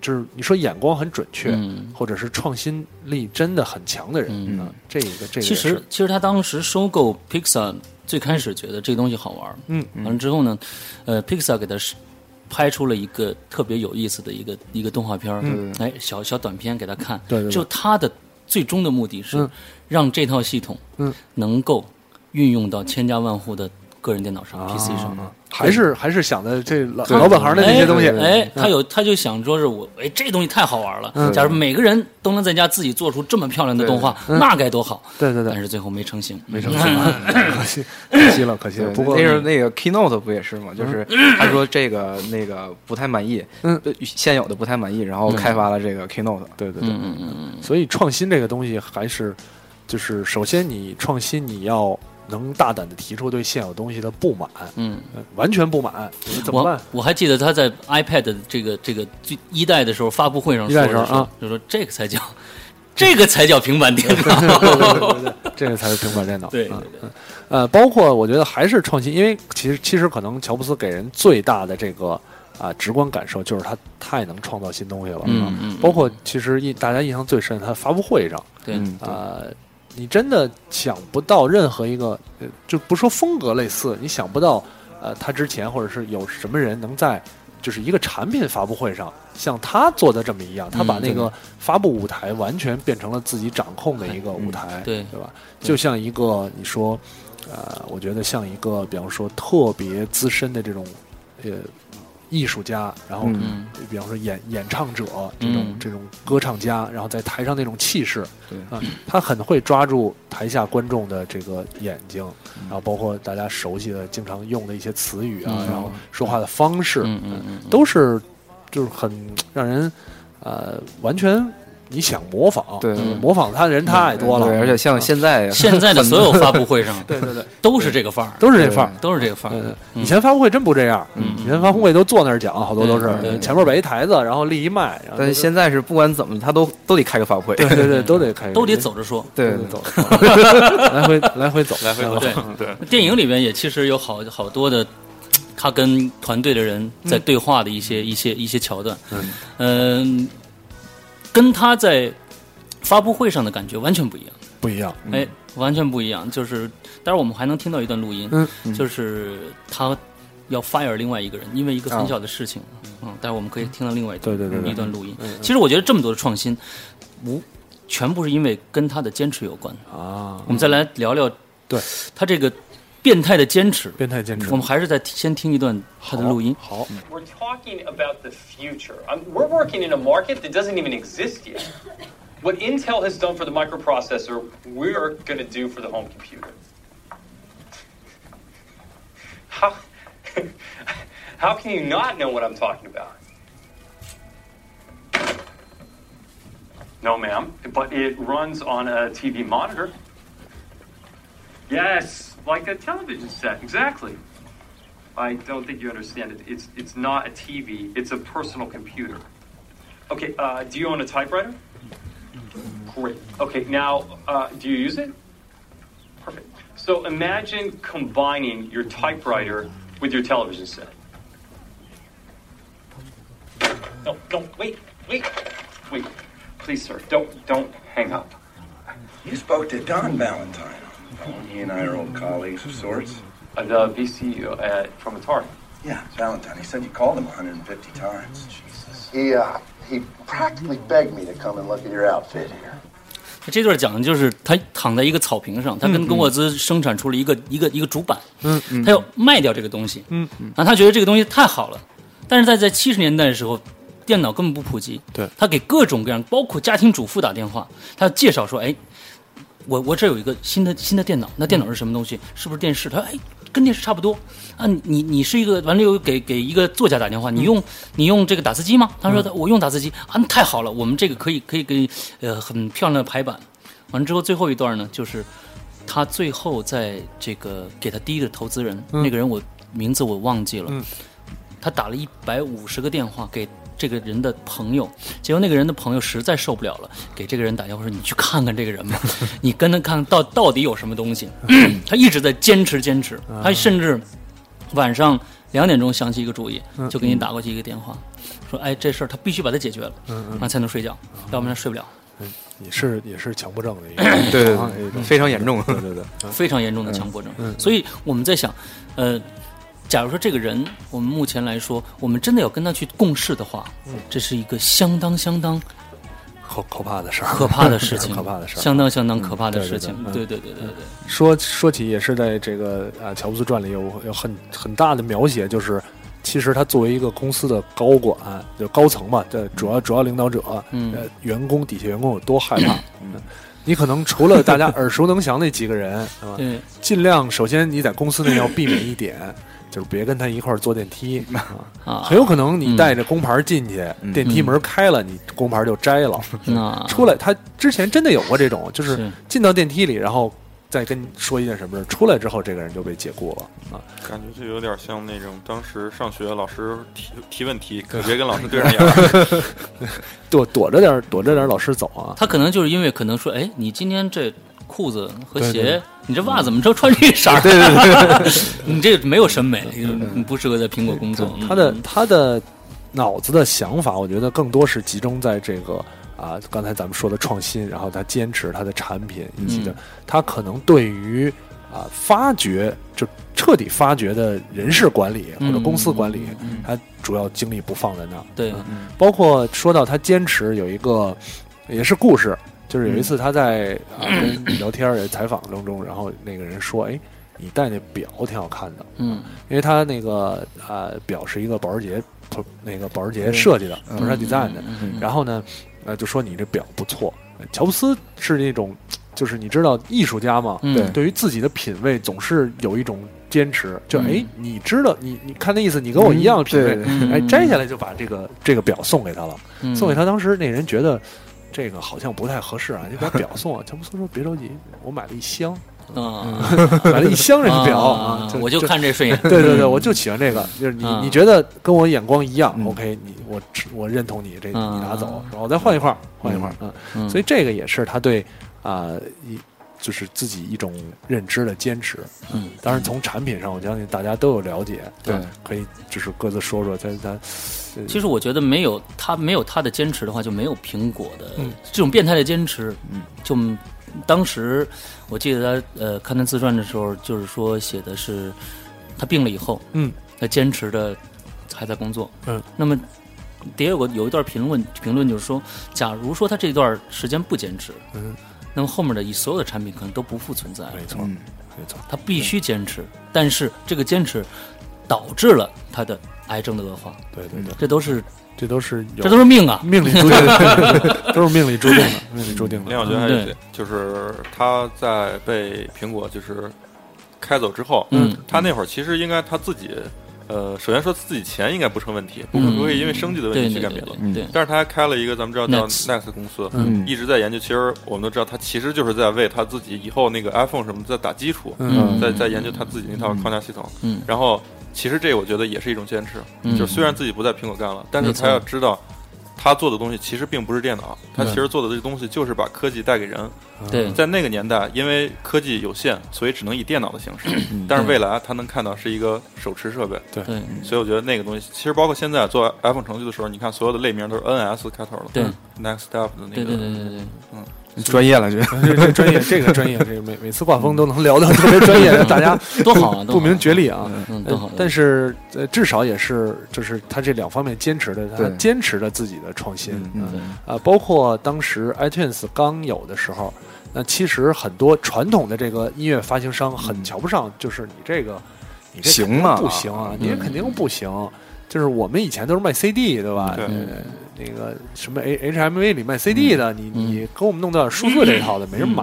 Speaker 8: 就是你说眼光很准确，
Speaker 2: 嗯
Speaker 8: 或者是创新力真的很强的人
Speaker 11: 嗯
Speaker 8: 啊、这一个这个
Speaker 2: 其
Speaker 8: 也是
Speaker 2: 实其实他当时收购 Pixar 最开始觉得这个东西好玩儿，
Speaker 8: 嗯嗯
Speaker 2: 完了之后呢，呃，Pixar 给他是拍出了一个特别有意思的一个一个动画片儿，
Speaker 11: 嗯
Speaker 2: 哎，小小短片给他看，
Speaker 11: 对对对
Speaker 2: 就他的最终的目的是
Speaker 11: 嗯
Speaker 2: 让这套系统
Speaker 8: 嗯
Speaker 2: 能够运用到千家万户的个人电脑上、PC 上
Speaker 8: 啊，还是还是想的这老
Speaker 2: 对
Speaker 8: 老本行的那些东西，
Speaker 2: 哎，哎
Speaker 8: 嗯
Speaker 2: 他有他就想说是我，哎，这东西太好玩了。
Speaker 8: 嗯
Speaker 2: 假如每个人都能在家自己做出这么漂亮的动画，
Speaker 8: 对嗯
Speaker 2: 那该多好。
Speaker 8: 对对对，
Speaker 2: 但是最后没成型，
Speaker 8: [laughs] 没成型可惜可惜了，可惜了。
Speaker 11: 哎对
Speaker 8: 不过
Speaker 11: 那时候那个 keynote 不也是吗？就是他说这个那个不太满意，呃
Speaker 8: 嗯，
Speaker 11: 现有的不太满意，然后开发了这个 keynote。
Speaker 8: 对对
Speaker 11: 对，
Speaker 2: 嗯嗯
Speaker 8: 所以创新这个东西还是，就是首先你创新你要能大胆的提出对现有东西的不满，
Speaker 2: 嗯，
Speaker 8: 呃完全不满怎么办
Speaker 2: 我？我还记得他在 iPad 的这个这个最一代的时候发布会上
Speaker 8: 一
Speaker 2: 说的
Speaker 8: 代
Speaker 2: 时
Speaker 8: 时候
Speaker 2: 候，
Speaker 8: 啊
Speaker 2: 就说这个才叫 [laughs] 这个才叫平板电脑。
Speaker 8: [laughs] 这个才是平板电脑。
Speaker 2: 对
Speaker 8: 嗯嗯呃，包括我觉得还是创新，因为其实其实可能乔布斯给人最大的这个啊、直观感受就是他太能创造新东西了。
Speaker 2: 嗯
Speaker 8: 啊
Speaker 2: 嗯
Speaker 8: 包括其实印大家印象最深，他发布会上，
Speaker 2: 对
Speaker 11: 嗯
Speaker 8: 呃，你真的想不到任何一个，呃就不说风格类似，你想不到呃，他之前或者是有什么人能在。就是一个产品发布会上，像他做的这么一样，他把
Speaker 2: 嗯
Speaker 8: 那
Speaker 2: 对
Speaker 8: 个发布舞台完全变成了自己掌控的一个舞台，
Speaker 2: 嗯对
Speaker 8: 对吧？就像一个你说，呃，我觉得像一个，比方说特别资深的这种，呃，艺术家，然后、
Speaker 2: 嗯
Speaker 8: 比方说演演唱者这种、
Speaker 2: 嗯
Speaker 8: 这种歌唱家，然后在台上那种气势，
Speaker 11: 对
Speaker 8: 啊，他很会抓住台下观众的这个眼睛，
Speaker 11: 嗯
Speaker 8: 然后包括大家熟悉的、经常用的一些词语啊，
Speaker 2: 嗯
Speaker 8: 然后说话的方式，
Speaker 2: 嗯嗯嗯
Speaker 8: 都是就是很让人呃完全。你想模仿，
Speaker 11: 对
Speaker 8: 嗯模仿他的人太多了，
Speaker 11: 对，而且像现在
Speaker 2: 现在的所有发布会上
Speaker 8: [laughs] ，对对对，
Speaker 2: 都是这个范儿，
Speaker 8: 都是这范儿呃
Speaker 2: 都是这个范儿。
Speaker 11: 嗯
Speaker 8: 以前发布会真不这样，以前发布会都坐那儿讲，好多都
Speaker 11: 对对
Speaker 8: 是呃
Speaker 11: 对
Speaker 8: 前面摆一台子，然后立一麦，然后
Speaker 11: 但是现在是不管怎么，他都都得开个发布会，
Speaker 8: 对对对都得开个
Speaker 2: 都得走着说
Speaker 11: 对，
Speaker 2: 都
Speaker 11: [laughs] 对
Speaker 2: 得走
Speaker 8: 着说来回来回走来回走
Speaker 2: 对
Speaker 8: 对
Speaker 2: 电影里边也其实有好好多的，他跟团队的人在
Speaker 8: 嗯
Speaker 2: 对话的一些、一些一些桥段。
Speaker 8: 嗯
Speaker 2: 嗯、跟他在发布会上的感觉完全不一样。
Speaker 8: 不一样，
Speaker 2: 哎，完全不一样。就是，当然我们还能听到一段录音，
Speaker 8: 嗯嗯
Speaker 2: 就是他要 fire 另外一个人，因为一个很
Speaker 8: 啊
Speaker 2: 小的事情，嗯，但是我们可以听到另外一段
Speaker 8: 对对对对
Speaker 2: 一段录音
Speaker 8: 嗯嗯。
Speaker 2: 其实我觉得这么多的创新，无全部是因为跟他的坚持有关
Speaker 8: 啊。
Speaker 2: 我们再来聊聊，
Speaker 8: 对
Speaker 2: 他这个变态的坚持，
Speaker 8: 变态坚
Speaker 13: 嗯
Speaker 8: 持
Speaker 2: 我们还是再先听一段他的录音。
Speaker 8: 好，
Speaker 4: We're talking about the future. i we're working in a market that doesn't even exist yet. What Intel has done for the microprocessor, we're going to do for the home computer. [laughs] How, [laughs] how can you not know what I'm talking about? No, ma'am, but it runs on a TV monitor. Yes, like a television set, exactly. I don't think you understand it. It's it's not a TV. It's a personal computer. Okay. Uh, do you own a typewriter? Great. Okay. Now, uh, do you use it? Perfect. So imagine combining your typewriter with your television set. No, no. Wait, wait, wait. Please, sir, don't don't hang up.
Speaker 14: You spoke to Don Valentine. He and I are old colleagues of sorts.
Speaker 4: Uh, the VC uh, from Atari.
Speaker 14: Yeah, Valentine. He said you called him 150 times. Jesus.
Speaker 3: He, uh, he practically begged me to come and look at your outfit here.
Speaker 2: 这段讲的就是他躺在一个草坪上，他跟
Speaker 13: 嗯
Speaker 2: 龚沃兹生产出了一个、一个一个主板，
Speaker 13: 嗯嗯
Speaker 2: 他要卖掉这个东西，
Speaker 13: 嗯
Speaker 2: 然后他觉得这个东西太好了，但是在在七十年代的时候，电脑根本不普及，
Speaker 8: 对，
Speaker 2: 他给各种各样，包括家庭主妇打电话，他介绍说，哎，我我这有一个新的新的电脑，那电
Speaker 13: 嗯
Speaker 2: 脑是什么东西？是不是电视？他说，哎，跟电视差不多啊。你你你是一个完了又给给一个作家打电话，你用、你用这个打字机吗？他说、
Speaker 13: 嗯
Speaker 2: 我用打字机啊，那太好了，我们这个可以可以给呃很漂亮的排版。完了之后最后一段呢，就是他最后在这个给他第一个投资人，
Speaker 13: 嗯
Speaker 2: 那个人我名字我忘记了，他打了一百五十个电话给这个人的朋友，结果那个人的朋友实在受不了了，给这个人打电话说：“你去看看这个
Speaker 8: [laughs]
Speaker 2: 人吧，你跟他看到到底有什么东西。 [clears throat] 他一直在坚持坚持，
Speaker 8: 嗯
Speaker 2: 他甚至晚上两点钟想起一个主意，
Speaker 13: 嗯
Speaker 2: 就给你打过去一个电话，说：“哎，这事儿他必须把它解决了，
Speaker 8: 嗯嗯
Speaker 2: 然后才能睡觉，要不然他睡不了。”，
Speaker 8: 也是也是强迫症的一个啊
Speaker 2: 对对
Speaker 8: 一种
Speaker 2: 非常严重
Speaker 8: 对对对，
Speaker 2: 非常严重的强迫症。
Speaker 8: 嗯嗯
Speaker 2: 所以我们在想，呃，假如说这个人，我们目前来说，我们真的要跟他去共事的话，
Speaker 8: 嗯
Speaker 2: 这是一个相当相当
Speaker 8: 可可怕的事儿，
Speaker 2: [laughs] 可怕的事情，
Speaker 8: [laughs] 可怕的事儿，
Speaker 2: 相当相当可怕的
Speaker 8: 嗯
Speaker 2: 事情。对对对对对。
Speaker 8: 说说起也是在这个啊《乔布斯传》里有有很很大的描写，就是其实他作为一个公司的高管，就是高层嘛，这主要主要领导者，
Speaker 2: 嗯
Speaker 8: 呃，员工底下员工有多害怕。嗯你可能除了大家耳熟能详那几个人，是吧
Speaker 2: 对？
Speaker 8: 尽量首先你在公司内要避免一点，就是别跟他一块儿坐
Speaker 2: [laughs]
Speaker 8: 电梯
Speaker 2: 啊
Speaker 8: 很有可能你带着工牌进去，
Speaker 2: 嗯
Speaker 8: 电梯门开了，你工牌就摘
Speaker 2: [laughs]
Speaker 8: 了。
Speaker 2: 那
Speaker 8: 出来，他之前真的有过这种，就是
Speaker 2: 啊是
Speaker 8: 进到电梯里，然后再跟你说一件什么事，出来之后这个人就被解雇了啊。
Speaker 10: 感觉就有点像那种当时上学老师提提问题，可别跟老师对上眼儿。
Speaker 8: 躲躲着点儿，躲着点儿老师走啊。
Speaker 2: 他可能就是因为可能说，哎，你今天这裤子和鞋，
Speaker 8: 对对
Speaker 2: 你这袜子怎么都穿这色儿？
Speaker 8: [laughs] 对对对
Speaker 2: [laughs]
Speaker 8: 嗯
Speaker 2: 你这没有审美，你不适合在苹果工作。
Speaker 8: 他的他的脑子的想法，我觉得更多是集中在这个啊，刚才咱们说的创新，然后他坚持他的产品以及的，
Speaker 2: 嗯
Speaker 8: 他可能对于啊发掘就彻底发掘的人事管理或
Speaker 2: 嗯
Speaker 8: 者公司管理，他主要精力不放在那儿。
Speaker 2: 对
Speaker 8: 啊包括说到他坚持有一个也是故事，就是有一
Speaker 13: 嗯
Speaker 8: 次他在、啊跟聊天儿也采访当中，然后那个人说：“哎，你戴那表挺好看的。”
Speaker 2: 嗯，
Speaker 8: 因为他那个呃表是一个保时捷，不那个保时捷
Speaker 13: 嗯
Speaker 8: 设计的，
Speaker 13: 嗯
Speaker 8: 不是他 design 的
Speaker 13: 嗯嗯嗯。
Speaker 8: 然后呢，呃，就说你这表不错。乔布斯是那种，就是你知道艺术家嘛，
Speaker 13: 嗯对
Speaker 8: 对于自己的品味总是有一种坚持，就
Speaker 13: 嗯
Speaker 8: 哎，你知道，你你看那意思，你跟我一样的品味
Speaker 13: 嗯对嗯，
Speaker 8: 哎，摘下来就把这个这个表送给他了，
Speaker 13: 嗯
Speaker 8: 送给他。当时那人觉得这个好像不太合适啊， [laughs] 就把表送了。乔布斯说别着急，我买了一箱。嗯
Speaker 2: 啊，
Speaker 8: 买了一箱 [laughs] 这个表
Speaker 2: 啊我就看这嗯顺眼
Speaker 8: [laughs] 对对对，我就喜欢这个。就是你
Speaker 2: 啊
Speaker 8: 你觉得跟我眼光一样，OK，你
Speaker 2: 嗯
Speaker 8: 我我认同你这，
Speaker 2: 啊
Speaker 8: 你拿走，然后再换一块儿，换一块儿
Speaker 2: 嗯
Speaker 8: 嗯。
Speaker 2: 嗯
Speaker 8: 所以这个也是他对啊一就是自己一种认知的坚持。
Speaker 2: 嗯，
Speaker 8: 当然从产品上，我相信大家都有了解，
Speaker 2: 对
Speaker 8: 啊，可以就是各自说说，咱咱呃
Speaker 2: 其实我觉得没有他没有他的坚持的话，就没有苹果的、
Speaker 8: 嗯
Speaker 2: 这种变态的坚持。就当时我记得他呃看他自传的时候，就是说写的是他病了以后，
Speaker 8: 嗯，
Speaker 2: 他坚持的还在工作，
Speaker 8: 嗯。
Speaker 2: 那么也有个有一段评论评论就是说，假如说他这段时间不坚持，
Speaker 8: 嗯，
Speaker 2: 那么后面的一所有的产品可能都不复存在了。
Speaker 8: 没错，
Speaker 11: 嗯
Speaker 8: 没错，
Speaker 2: 他必须坚持，但是这个坚持导致了他的癌症的恶化。
Speaker 8: 对对对，
Speaker 2: 这都是
Speaker 8: 这都是有
Speaker 2: 嗯这都是命啊，
Speaker 8: [laughs] 命里注定的都是命里注定的命里注定的
Speaker 10: 另外，我觉得还
Speaker 8: 对
Speaker 10: 是
Speaker 2: 嗯
Speaker 10: 就是他在被苹果就是开走之后，
Speaker 8: 嗯，
Speaker 10: 他那会儿其实应该他自己。呃，首先说自己钱应该不成问题，不会
Speaker 2: 嗯
Speaker 10: 不会因为生计的问
Speaker 2: 对对
Speaker 10: 题去
Speaker 2: 对
Speaker 10: 干别的
Speaker 2: 嗯对对对。
Speaker 10: 但是他还开了一个咱们知道叫
Speaker 2: Next
Speaker 10: Next 公司
Speaker 2: 嗯，
Speaker 10: 一直在研究。其实我们都知道，他其实就是在为他自己以后那个 iPhone 什么在打基础，
Speaker 2: 嗯
Speaker 10: 在在研究他自己那套框架系统。
Speaker 2: 嗯
Speaker 10: 然后其实这我觉得也是一种坚持，
Speaker 2: 嗯
Speaker 10: 就是虽然自己不在苹果干了，但
Speaker 2: 没
Speaker 10: 是
Speaker 2: 错
Speaker 10: 他要知道他做的东西其实并不是电脑，他
Speaker 2: 对
Speaker 10: 其实做的这东西就是把科技带给人。
Speaker 2: 对
Speaker 10: 嗯在那个年代，因为科技有限，所以只能以电脑的形
Speaker 2: [clears throat]
Speaker 10: 式
Speaker 2: 嗯。
Speaker 10: 但是
Speaker 2: 对
Speaker 10: 未来他能看到是一个手持设备。
Speaker 8: 对
Speaker 2: 对
Speaker 10: 所以我觉得那个东西，其实包括现在做 iPhone 程序的时候，你看所有的类名都是 NS 开头的。
Speaker 2: 对
Speaker 10: ，Next Step 的那个。
Speaker 2: 对对对对对，
Speaker 10: 嗯，
Speaker 11: 专业了，这 [laughs]
Speaker 8: 这这专业，这个专业，这个每每次挂风都能聊到特别
Speaker 2: [laughs]
Speaker 8: 专业的，大家
Speaker 2: 多好啊多好
Speaker 8: 不不明觉厉啊，
Speaker 2: 嗯多好
Speaker 8: 呃但是呃，至少也是就是他这两方面坚持的，他
Speaker 2: 对
Speaker 8: 坚持了自己的创新，
Speaker 2: 嗯
Speaker 8: 啊
Speaker 2: 对
Speaker 8: 啊，包括当时 iTunes 刚有的时候，那其实很多传统的这个音乐发行商
Speaker 2: 嗯
Speaker 8: 很瞧不上，就是你这个你这
Speaker 11: 行
Speaker 8: 肯定
Speaker 11: 吗
Speaker 8: 不行啊，
Speaker 11: 嗯
Speaker 8: 你这肯定不行。就是我们以前都是卖 CD 对吧？
Speaker 11: 对
Speaker 8: 呃那个什么 H H M V 里卖
Speaker 2: 嗯
Speaker 8: CD 的，你你给我们弄到点数字这一套的，没人买。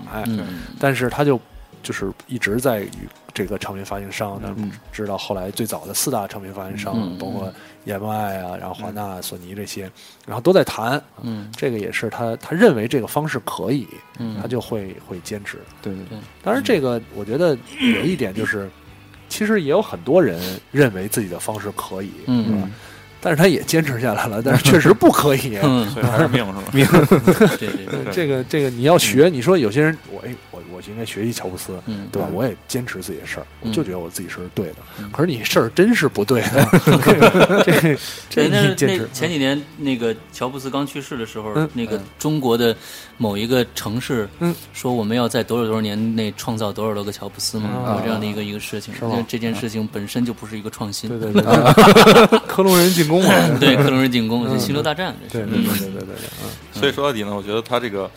Speaker 8: 但是他就就是一直在与这个唱片发行商，那直到后来最早的四大唱片发行商，
Speaker 2: 嗯
Speaker 8: 包括 EMI 啊，然后华纳、索尼这些，然后都在谈。
Speaker 2: 嗯
Speaker 8: 这个也是他他认为这个方式可以，
Speaker 2: 嗯
Speaker 8: 他就会会坚持。
Speaker 11: 对
Speaker 2: 对嗯
Speaker 8: 当然，这个我觉得有一点就是，其实也有很多人认为自己的方式可以，
Speaker 2: 嗯
Speaker 8: 是 [laughs] 吧？但是他也坚持下来了，
Speaker 2: [laughs]
Speaker 8: 但是确实不可以，
Speaker 2: 嗯所以还是命是吧对对对
Speaker 8: [laughs] 这个这个你要学，你说有些人，我哎我我就应该学习乔布斯，
Speaker 2: 嗯
Speaker 8: 对吧？
Speaker 2: 嗯
Speaker 8: 我也坚持自己的事儿，我
Speaker 2: 嗯
Speaker 8: 就觉得我自己是对的。可是你事儿真是不对的， [laughs] 这
Speaker 2: [laughs]
Speaker 8: 个这个这
Speaker 2: 对，那
Speaker 8: 你
Speaker 2: 是
Speaker 8: 坚
Speaker 2: 那
Speaker 8: 持
Speaker 2: 前几年那个乔布斯刚去世的时候，
Speaker 8: 嗯
Speaker 2: 那个
Speaker 8: 嗯
Speaker 2: 中国的某一个城市，
Speaker 8: 嗯，
Speaker 2: 说我们要在多少多少年内创造多少多个乔布斯嘛，
Speaker 8: 嗯
Speaker 2: 有这样的一个一个事情。
Speaker 8: 是吗
Speaker 2: 因为这件事情本身就不是一个创新，对
Speaker 8: 对对对克隆人进攻嘛
Speaker 10: [laughs]
Speaker 2: 对，克隆人进攻，
Speaker 8: 嗯
Speaker 2: 是星球大战，这是
Speaker 8: 对嗯对对对对对
Speaker 10: 所以说到底呢，我觉得它这个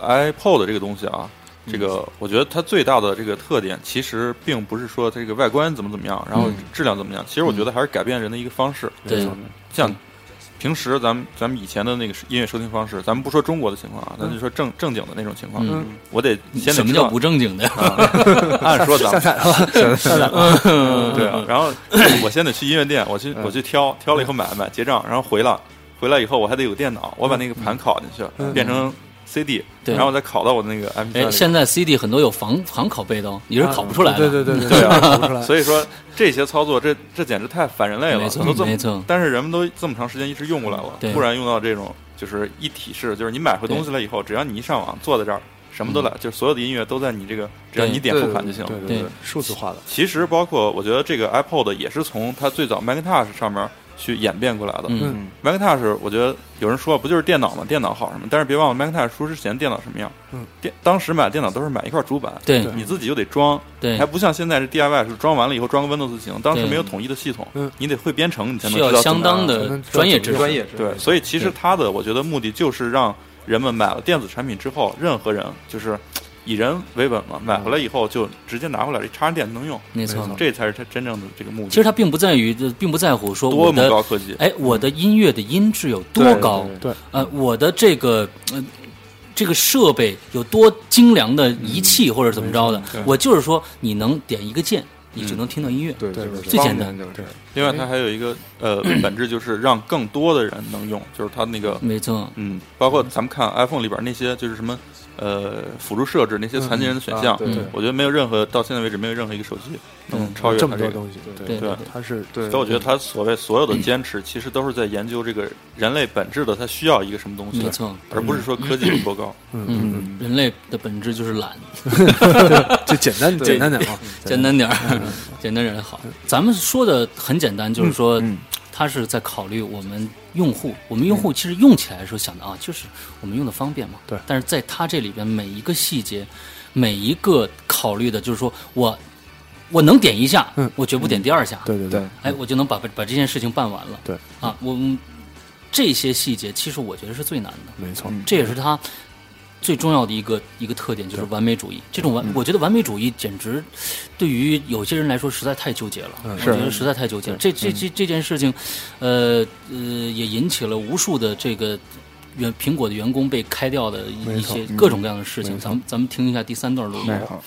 Speaker 10: 呃 iPod 这个东西啊，这
Speaker 2: 嗯
Speaker 10: 个我觉得它最大的这个特点，其实并不是说这个外观怎么怎么样，然后
Speaker 2: 嗯
Speaker 10: 质量怎么样，其实我觉得还是改变人的一个方式。
Speaker 2: 对，
Speaker 10: 像
Speaker 2: 嗯
Speaker 10: 平时咱们咱们以前的那个音乐收听方式，咱们不说中国的情况啊，咱就说正正经的那种情况
Speaker 2: 嗯，
Speaker 10: 我得先得
Speaker 2: 什么
Speaker 10: 知道
Speaker 2: 叫不正经的
Speaker 10: 啊按说咱
Speaker 2: 下
Speaker 10: 们
Speaker 2: 载了
Speaker 10: [laughs]
Speaker 2: 下载了嗯
Speaker 10: 对啊，然后我先得去音乐店，我去
Speaker 8: 嗯
Speaker 10: 我去挑，挑了以后买买结账，然后回来，回来以后我还得有电脑，我把那个盘拷进去，
Speaker 2: 嗯
Speaker 10: 变成 CD，
Speaker 2: 对
Speaker 10: 然后我再拷到我那个 MP
Speaker 2: 哎，
Speaker 10: 3里。
Speaker 2: 现在 CD 很多有防防拷贝的哦，你是拷不出来的，
Speaker 10: 啊对
Speaker 2: 拷不出
Speaker 10: 啊，
Speaker 2: 来。
Speaker 10: 所以说这些操作，这这简直太反人类了，
Speaker 2: 没错
Speaker 10: 都这么
Speaker 2: 没错
Speaker 10: 但是人们都这么长时间一直用过来了
Speaker 2: 对，
Speaker 10: 突然用到这种就是一体式，就是你买回东西来以后，只要你一上网，坐在这儿。什么都来，
Speaker 2: 嗯
Speaker 10: 就是所有的音乐都在你这个，只要你点付款就行了。
Speaker 8: 对对对对对数字化的。
Speaker 10: 其实包括我觉得这个 iPod 也是从它最早 Macintosh 上面去演变过来的。
Speaker 2: 嗯
Speaker 10: ，Macintosh 我觉得有人说不就是电脑吗？电脑好什么？但是别忘了 Macintosh 出之前电脑什么样？
Speaker 8: 嗯，
Speaker 10: 电当时买电脑都是买一块主板，
Speaker 2: 对
Speaker 10: 你自己就得装，
Speaker 2: 对
Speaker 10: 还不像现在是 DIY 是装完了以后装个 Windows 就行，当时
Speaker 2: 对
Speaker 10: 没有统一的系统
Speaker 2: 嗯，
Speaker 10: 你得会编程，你才能
Speaker 2: 需要
Speaker 10: 知道怎
Speaker 2: 相
Speaker 10: 么
Speaker 2: 当的
Speaker 10: 才能知道
Speaker 2: 专业
Speaker 10: 怎么
Speaker 2: 知识
Speaker 10: 用
Speaker 2: 专业知识
Speaker 10: 对，所以其实
Speaker 2: 对
Speaker 10: 它的我觉得目的就是让人们买了电子产品之后，任何人就是。以人为本嘛，买回来以后就直接拿回来，这插上电就能用，
Speaker 2: 没错
Speaker 10: 这才是它真正的这个目的。
Speaker 2: 其实它并不在于，并不在乎说
Speaker 10: 多
Speaker 2: 我的
Speaker 10: 么高科技
Speaker 2: 哎，我的音乐的音质有多高？
Speaker 10: 对对对
Speaker 2: 呃，我的这个呃这个设备有多精良的仪器或者怎么着的
Speaker 10: 嗯没错对，嗯
Speaker 2: 我就是说你能点一个键，你就能听到音乐，对
Speaker 11: 对对
Speaker 2: 最简单。
Speaker 11: 对。
Speaker 10: 另外，它还有一个
Speaker 8: [clears throat]
Speaker 10: 呃本质，就是让更多的人能用，就是它那个
Speaker 2: 没错
Speaker 10: 嗯，包括咱们看 iPhone 里边那些就是什么呃辅助设置那些残疾人的选项，
Speaker 8: 嗯啊对对
Speaker 10: 我觉得没有任何到现在为止没有任何一个手机能
Speaker 8: 嗯
Speaker 10: 超越
Speaker 8: 这
Speaker 10: 它
Speaker 8: 么
Speaker 10: 个
Speaker 8: 多东西对
Speaker 10: 对
Speaker 8: 对对它是对，
Speaker 10: 所以我觉得它所谓所有的坚持，其实都是在研究这个人类本质的，它需要一个什么东西，
Speaker 2: 没错
Speaker 10: 而不是说科技有多高。
Speaker 2: 嗯，人类的本质就是懒
Speaker 8: 就简单
Speaker 2: 对
Speaker 8: 简单点啊
Speaker 2: 简单点儿
Speaker 8: 嗯嗯，
Speaker 2: [laughs] 简单点儿好。咱们说的很简单，就是说，
Speaker 8: 嗯
Speaker 2: 他是在考虑我们用户，我们用户其实用起来的时候想的啊，就是我们用的方便嘛。
Speaker 8: 对。
Speaker 2: 但是在他这里边每一个细节，每一个考虑的，就是说我我能点一下，我绝不点第二下。
Speaker 8: 嗯对对对，
Speaker 2: 哎，我就能把把这件事情办完了。
Speaker 8: 对
Speaker 2: 啊，我们这些细节其实我觉得是最难的，
Speaker 8: 没错
Speaker 2: 嗯
Speaker 11: 嗯
Speaker 2: 这也是他最重要的一个一个特点，就是完美主义。这种
Speaker 11: 嗯
Speaker 2: 完，我觉得完美主义简直对于有些人来说实在太纠结了，我觉
Speaker 11: 嗯是
Speaker 2: 得实在太纠结了。这
Speaker 11: 对
Speaker 2: 这
Speaker 11: 嗯
Speaker 2: 这这件事情，呃呃，也引起了无数的这个。员苹果的员工被开掉的一
Speaker 11: 没
Speaker 2: 一
Speaker 11: 错
Speaker 2: 些
Speaker 11: 嗯
Speaker 2: 各种各样的事情，
Speaker 11: 没错
Speaker 2: 咱们咱们听一下第三段录音。
Speaker 11: 哎好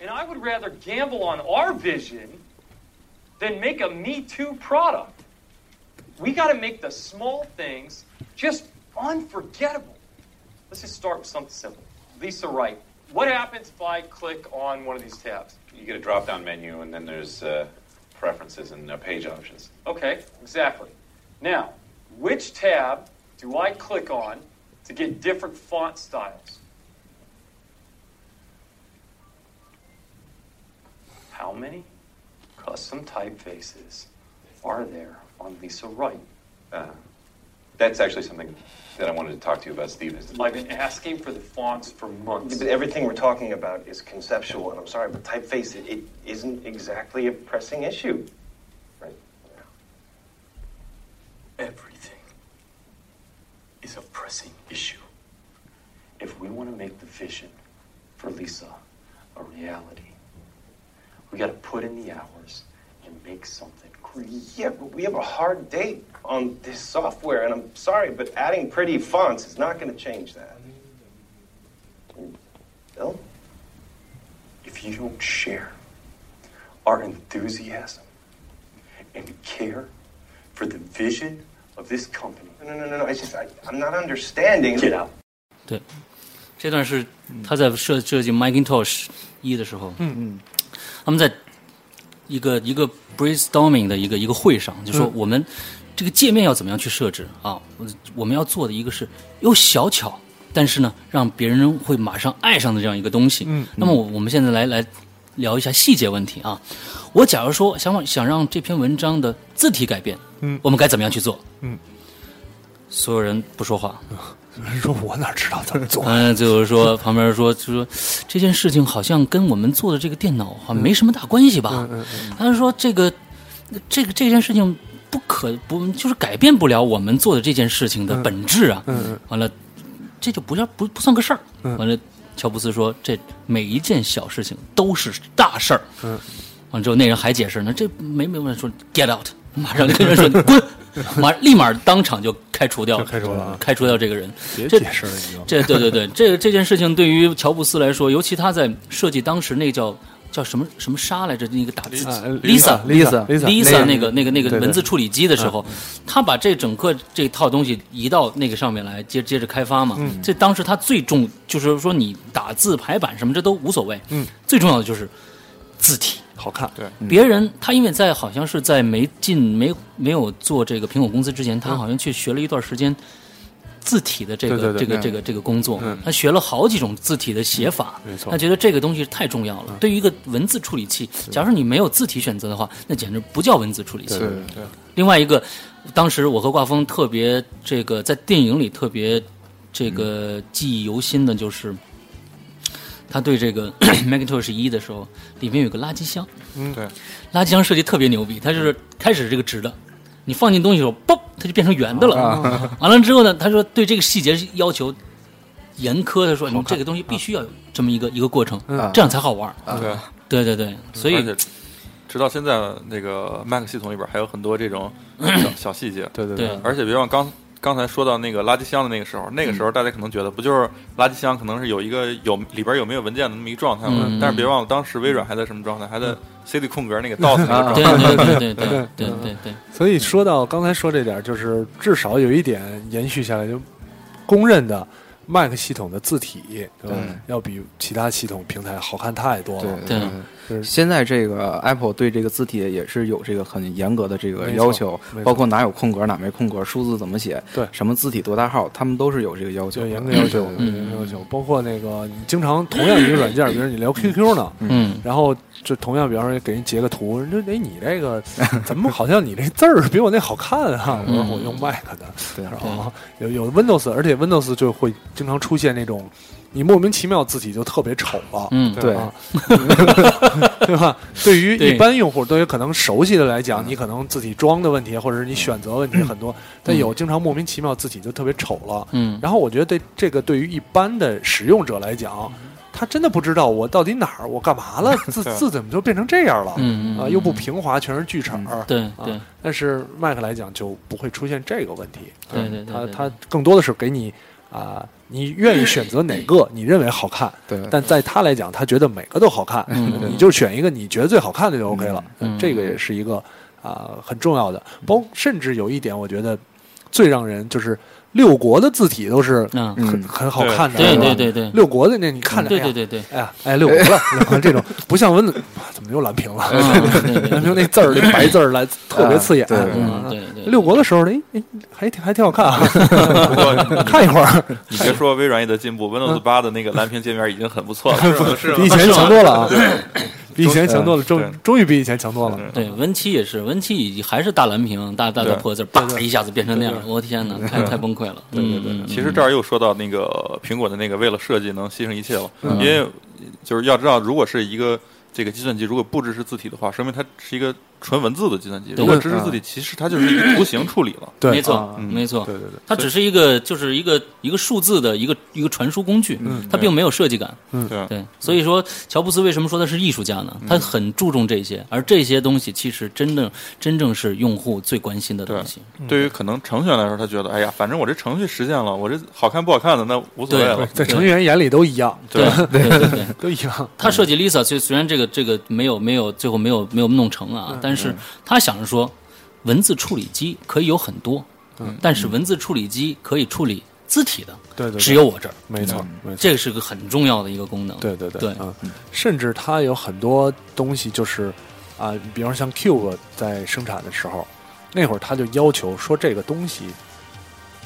Speaker 4: And I would rather gamble on our vision than make a Me Too product. We got to make the small things just unforgettable. Let's just start with something simple. Lisa Wright. What happens if I click on one of these tabs?
Speaker 15: You get a drop down menu, and then there's uh, preferences and uh, page options.
Speaker 4: Okay, exactly. Now, which tab do I click on to get different font styles? How many custom typefaces are there on Lisa Wright?
Speaker 15: Uh, That's actually something that I wanted to talk to you about, Steve. Is
Speaker 4: I've been asking for the fonts for months.
Speaker 3: But everything we're talking about is conceptual, and I'm sorry, but typeface, it, it isn't exactly a pressing issue. Right?
Speaker 4: Everything is a pressing issue. If we want to make the vision for Lisa a reality, we got to put in the hours and make something
Speaker 3: Well, Yeah, but we have a hard date on this software, and I'm sorry, but adding pretty fonts is not going to change that. Bill?
Speaker 4: if you don't share our enthusiasm and care for the vision of this company.
Speaker 3: No, no, no, no. It's just I, I'm not understanding.
Speaker 4: Get out.
Speaker 2: 对，这段是他在设设计 Macintosh 一的时候，
Speaker 8: 嗯
Speaker 2: 嗯，他们在一个一个 brainstorming 的一个一个会上，就说
Speaker 8: 嗯
Speaker 2: 我们这个界面要怎么样去设置啊？我我们要做的一个是又小巧，但是呢，让别人会马上爱上的这样一个东西。
Speaker 16: 嗯
Speaker 2: 那么我我们现在来来聊一下细节问题啊。我假如说想往想让这篇文章的字体改变，
Speaker 8: 嗯
Speaker 2: 我们该怎么样去做？
Speaker 8: 嗯，
Speaker 2: 所有人不说话。
Speaker 8: 有人 [laughs] 说我哪知道怎
Speaker 2: [laughs]
Speaker 8: 么做？
Speaker 2: 嗯，就是说旁边说，就说这件事情好像跟我们做的这个电脑好像没什么大关系吧？
Speaker 8: 嗯
Speaker 2: 他就说这个这个这件事情不可不就是改变不了我们做的这件事情的本质啊。
Speaker 8: 嗯嗯
Speaker 2: 完了，这就不叫不不算个事儿。
Speaker 8: 嗯
Speaker 2: 完了，乔布斯说这每一件小事情都是大事儿。
Speaker 8: 嗯，
Speaker 2: 完了之后那人还解释呢，这没没问题说 get out，马上就跟人说 [laughs] 你滚。马立马当场就开除掉，开除了，啊开除掉这个人。这
Speaker 8: 解释了已经
Speaker 2: 这对对对，这这件事情对于乔布斯来说，尤其他在设计当时那叫叫什么什么沙来着，那个打字
Speaker 8: 啊
Speaker 2: Lisa
Speaker 8: Lisa- Lisa- Lisa-
Speaker 2: 那个那个那个
Speaker 8: 对对嗯
Speaker 2: 文字处理机的时候，他把这整个这套东西移到那个上面来，接接着开发嘛。
Speaker 8: 嗯
Speaker 2: 这当时他最重就是说你打字排版什么这都无所谓，
Speaker 8: 嗯，
Speaker 2: 最重要的就是字体
Speaker 8: 好看，对
Speaker 2: 别人他因为在好像是在没进没没有做这个苹果公司之前，
Speaker 8: 嗯
Speaker 2: 他好像去学了一段时间字体的这个
Speaker 8: 对对对
Speaker 2: 这个
Speaker 8: 嗯
Speaker 2: 这个这个工作
Speaker 8: 嗯，
Speaker 2: 他学了好几种字体的写法，
Speaker 8: 嗯没错嗯
Speaker 2: 他觉得这个东西太重要了。对于一个文字处理器，假如你没有字体选择的话，那简直不叫文字处理器。
Speaker 8: 对对对
Speaker 2: 另外一个，当时我和挂风特别这个在电影里特别这个记忆犹新的就是。他对这个 [clears throat] Macintosh 一的时候，里面有个垃圾箱，
Speaker 8: 嗯
Speaker 10: 对，
Speaker 2: 垃圾箱设计特别牛逼，它就是开始是这个直的，你放进东西的时候，嘣，它就变成圆的了。
Speaker 8: 啊
Speaker 2: 完了之后呢，他说对这个细节要求严苛，他说你这个东西必须要有这么一个一个过程
Speaker 10: 嗯，
Speaker 2: 这样才好玩。
Speaker 10: 对
Speaker 2: 对对对，所
Speaker 10: 而
Speaker 2: 以
Speaker 10: 且直到现在，那个 Mac 系统里边还有很多这种
Speaker 2: [clears throat]
Speaker 10: 小小细节。对对
Speaker 2: 对对
Speaker 10: 而且别忘刚刚才说到那个垃圾箱的那个时候，那个
Speaker 2: 嗯
Speaker 10: 时候大家可能觉得不就是垃圾箱可能是有一个有里边有没有文件的那么一个状态吗？
Speaker 2: 嗯
Speaker 10: 但是别忘了当时微软还在什么状态，还在 CD 空格那个 DOS
Speaker 2: [laughs]
Speaker 10: 那个状态。
Speaker 8: 嗯
Speaker 2: 对。
Speaker 8: 所以说到刚才说这点，就是至少有一点延续下来，就公认的 Mac 系统的字体，对吧
Speaker 11: 对？
Speaker 8: 要比其他系统平台好看太多了。
Speaker 11: 对对现在这个 Apple 对这个字体也是有这个很严格的这个
Speaker 8: 没错
Speaker 11: 要求
Speaker 8: 没错，
Speaker 11: 包括哪有空格哪没空格，数字怎么写，
Speaker 8: 对，
Speaker 11: 什么字体多大号，他们都是有这个要求的，
Speaker 8: 对严格要求，
Speaker 11: 嗯
Speaker 8: 严格要求，包括那个你经常同样一个 [laughs] 软件，比如你聊 QQ 呢，
Speaker 2: 嗯，
Speaker 8: 然后就同样，比方说给人截个图，人说哎你这个怎么好像你这字儿比我那好看啊？ [laughs] 我说
Speaker 11: 嗯
Speaker 8: 我用 Mac 的，
Speaker 11: 对
Speaker 8: 然后有有 Windows，而且 Windows 就会经常出现那种。你莫名其妙字体就特别丑了，
Speaker 2: 嗯
Speaker 8: 对吧， [laughs] 对吧？对于
Speaker 11: 对
Speaker 8: 一般用户，对于可能熟悉的来讲，你可能字体装的问题，或者是你选择问题很多，但
Speaker 11: 嗯
Speaker 8: 有经常莫名其妙字体就特别丑了，
Speaker 2: 嗯
Speaker 8: 然后我觉得对这个对于一般的使用者来讲，他真的不知道我到底哪儿，我干嘛了，字
Speaker 2: 对
Speaker 8: 字怎么就变成这样了？
Speaker 2: 嗯嗯
Speaker 8: 啊，
Speaker 2: 嗯
Speaker 8: 又不平滑，全是锯齿儿。
Speaker 2: 对
Speaker 8: 啊
Speaker 2: 对
Speaker 8: 但是 Mac 来讲就不会出现这个问题。
Speaker 2: 对
Speaker 8: 嗯
Speaker 2: 对对
Speaker 8: 它
Speaker 2: 对
Speaker 8: 它更多的是给你啊，你愿意选择哪
Speaker 2: [laughs]
Speaker 8: 个你认为好看，
Speaker 11: 对
Speaker 8: 但在他来讲，他觉得每个都好看，
Speaker 11: 嗯
Speaker 8: 你就选一个你觉得最好看的就 OK 了。
Speaker 11: 嗯嗯
Speaker 8: 这个也是一个啊、很重要的，
Speaker 2: 嗯
Speaker 8: 包甚至有一点，我觉得最让人就是。六国的字体都是
Speaker 2: 嗯
Speaker 8: 很很好看的，
Speaker 2: 对
Speaker 8: 是吧
Speaker 2: 对对对
Speaker 8: 六国的那你看着，
Speaker 2: 对
Speaker 8: 哎呀
Speaker 2: 对对对
Speaker 8: 哎呀，哎六国了，
Speaker 2: [laughs]
Speaker 8: 六国这种不像文字，哇怎么又蓝屏了
Speaker 2: 嗯 [laughs]
Speaker 8: [laughs]
Speaker 2: 对对？对
Speaker 8: 蓝 [laughs] 屏那字儿，那白字儿来特别刺眼。
Speaker 11: 啊对对对
Speaker 8: 啊
Speaker 2: 嗯对对
Speaker 8: 六国的时候，哎哎，还挺还挺好看啊
Speaker 10: 不过你，
Speaker 2: [laughs]
Speaker 8: 看一会儿。
Speaker 10: 你别说微软也在进步，Windows [laughs] 啊八的那个蓝屏界面已经很不错了，
Speaker 8: 比以前强多了啊。比以前强多了，终终于比以前强多了。
Speaker 2: 对，文七也是，文七还是大蓝屏，大大的破字，叭一下子变成那样，我天哪，太太崩溃了。
Speaker 10: 嗯对嗯对
Speaker 2: 嗯
Speaker 10: 对，其实这儿又说到那个苹果的那个为了设计能牺牲一切了，因为就是要知道，如果是一个这个计算机如果不支持字体的话，说明它是一个纯文字的计算机；如果支持字体，其实它就是一个图形处理了。
Speaker 2: 嗯没错，没错，
Speaker 10: 对对对，
Speaker 2: 它只是一个就是一个一个数字的一个一个传输工具，它并没有设计感。
Speaker 10: 嗯，
Speaker 2: 对，所以说乔布斯为什么说他是艺术家呢？他很注重这些，而这些东西其实真正真正是用户最关心的东西。
Speaker 10: 对于可能程序员来说，他觉得哎呀，反正我这程序实现了，我这好看不好看的那无所谓了，
Speaker 8: 在程序员眼里都一样。
Speaker 2: 对对对对，
Speaker 8: 都一样。
Speaker 2: 他设计 Lisa，虽虽然这个这个没有没有最后没有没有弄成啊，但是他想着说，文字处理机可以有很多，但是文字处理机可以处理字体的。
Speaker 8: 对对，
Speaker 2: 只有我这儿，
Speaker 8: 没错，没错，
Speaker 2: 这个是个很重要的一个功能。
Speaker 8: 对对
Speaker 2: 对，嗯
Speaker 8: 啊，甚至它有很多东西，就是啊，比方像 Cube 在生产的时候，那会儿他就要求说这个东西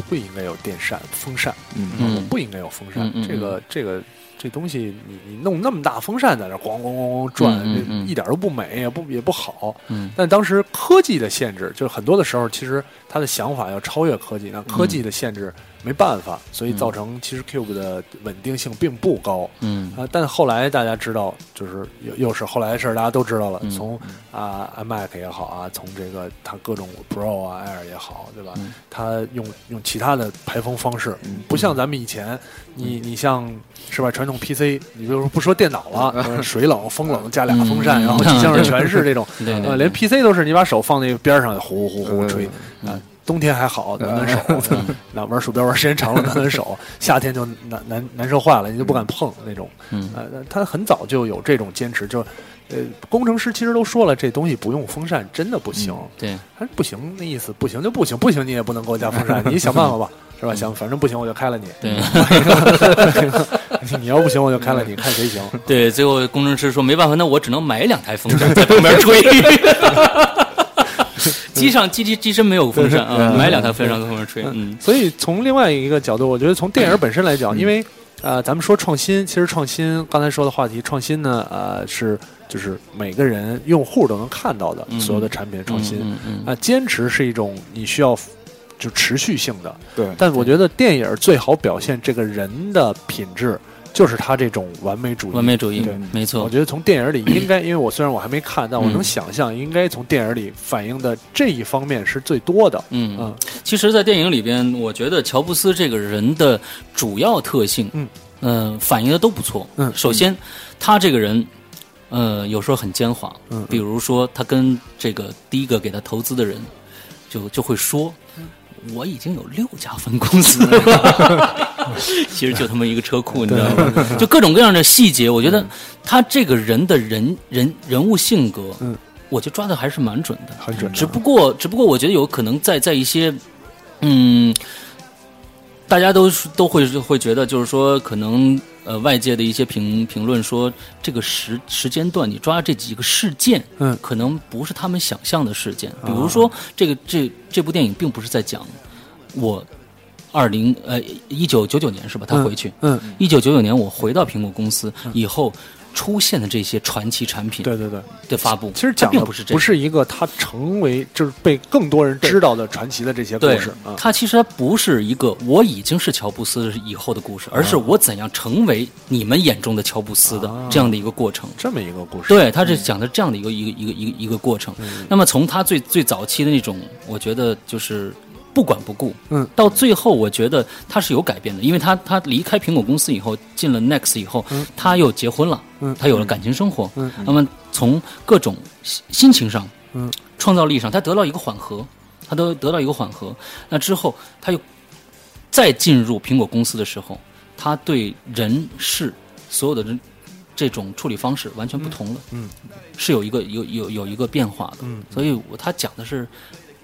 Speaker 8: 不应该有电扇、风扇，
Speaker 2: 嗯
Speaker 8: 我不应该有风扇
Speaker 2: 嗯，嗯
Speaker 8: 这个这个。这东西你你弄那么大风扇在那儿咣咣咣咣转，
Speaker 2: 嗯嗯嗯
Speaker 8: 这一点都不美，也不也不好。
Speaker 2: 嗯
Speaker 8: 但当时科技的限制，就是很多的时候，其实他的想法要超越科技，那科技的限制没办法，
Speaker 2: 嗯
Speaker 8: 所以造成其实 Cube 的稳定性并不高。
Speaker 2: 嗯
Speaker 8: 啊，但后来大家知道，就是又又是后来的事儿，大家都知道了。
Speaker 2: 嗯
Speaker 8: 从啊 iMac 也好啊，从这个它各种 Pro 啊 Air 也好，对吧？
Speaker 2: 嗯
Speaker 8: 它用用其他的排风方式，不像咱们以前，你
Speaker 2: 嗯
Speaker 8: 你像是吧？传统 PC，你比如说不说电脑
Speaker 2: [laughs]
Speaker 8: 了，就是水冷、风冷加俩风扇，
Speaker 2: 嗯 [laughs]
Speaker 8: 然后机箱上全是这种，
Speaker 2: 对对
Speaker 8: 呃，连 PC 都是你把手放那边上，呼呼
Speaker 2: 嗯
Speaker 8: 呼吹啊。冬天还好，暖暖手；那玩鼠标玩时间长了，暖暖手；夏天就难难难受坏了，你就不敢碰那种。
Speaker 2: 嗯
Speaker 8: 呃，他很早就有这种坚持，就呃，工程师其实都说了，这东西不用风扇真的不行。
Speaker 2: [laughs] 对，
Speaker 8: 他说不行那意思，不行就不行，不行你也不能给我加风扇，你想办法吧，是吧？想反正不行我就开了你。
Speaker 2: 嗯对 [laughs]
Speaker 8: [laughs] 你你要不行我就开了你，看谁行。
Speaker 2: 对，最后工程师说没办法，那我只能买两台风 [laughs] 扇在旁边吹。机上机机机身没有风扇啊，
Speaker 8: 嗯
Speaker 2: 买两台风扇在旁边吹。嗯，
Speaker 8: 所以从另外一个角度，我觉得从电影本身来讲，因为呃，咱们说创新，其实创新刚才说的话题，创新呢，呃，是就是每个人用户都能看到的
Speaker 2: 嗯
Speaker 8: 所有的产品的创新
Speaker 2: 嗯嗯嗯
Speaker 8: 啊、坚持是一种你需要就持续性的，
Speaker 11: 对
Speaker 8: 但我觉得电影最好表现这个人的品质。就是他这种完美主义，
Speaker 2: 完美主义
Speaker 8: 对，
Speaker 2: 没错
Speaker 8: 我觉得从电影里
Speaker 2: [clears throat]
Speaker 8: 应该，因为我虽然我还没看，但我
Speaker 2: 嗯
Speaker 8: 能想象，应该从电影里反映的这一方面是最多的。
Speaker 2: 嗯其实，在电影里边，我觉得乔布斯这个人的主要特性，
Speaker 8: 嗯，
Speaker 2: 呃，反映的都不错。
Speaker 8: 嗯
Speaker 2: 首先，他这个人，呃，有时候很奸猾。
Speaker 8: 嗯嗯
Speaker 2: 比如说他跟这个第一个给他投资的人，就就会说。
Speaker 8: 嗯
Speaker 2: 我已经有六家分公
Speaker 8: [laughs]
Speaker 2: 司了， [laughs] 其实就他妈一个车库，你知道吗？就各种各样的细节，我觉
Speaker 8: 嗯
Speaker 2: 得他这个人的人人人物性格，
Speaker 8: 嗯，
Speaker 2: 我觉得抓的还是蛮准的，
Speaker 8: 很准的
Speaker 2: 只不过，只不过我觉得有可能在在一些，嗯，大家都是都会会觉得，就是说，可能呃外界的一些评评论说，这个时时间段你抓这几个事件，
Speaker 8: 嗯，啊
Speaker 2: 可能不是他们想象的事件。比如说，这个这这部电影并不是在讲我二零呃一九九九年是吧？他
Speaker 8: 嗯
Speaker 2: 回去，
Speaker 8: 嗯，
Speaker 2: 一九九九年我回到苹果公司以后。出现的这些传奇产品，
Speaker 8: 对对对
Speaker 2: 的发布，
Speaker 8: 其实
Speaker 2: 它
Speaker 8: 讲的
Speaker 2: 并不是这个，
Speaker 8: 不是一个他成为就是被更多人知道的传奇的这些故
Speaker 2: 对
Speaker 8: 事啊，
Speaker 2: 它其实它不是一个我已经是乔布斯以后的故事，而是
Speaker 8: 啊
Speaker 2: 我怎样成为你们眼中的乔布斯的这样的一个过程。
Speaker 8: 这么一个故事。嗯
Speaker 2: 对，它是讲的这样的一个一个一个一个一个过程。那么从他最最早期的那种，我觉得就是不管不顾，
Speaker 8: 嗯，
Speaker 2: 到最后我觉得他是有改变的，因为他他离开苹果公司以后，进了 Next 以后，他又结婚了，
Speaker 8: 嗯
Speaker 2: 他有了感情生活，
Speaker 8: 嗯
Speaker 2: 那么从各种心心情上，
Speaker 8: 嗯，
Speaker 2: 创造力上，他得到一个缓和，他都得到一个缓和。那之后，他又再进入苹果公司的时候，他对人事所有的人这种处理方式完全不同了，
Speaker 8: 嗯
Speaker 2: 是有一个有有有一个变化的。
Speaker 8: 嗯
Speaker 2: 所以我他讲的是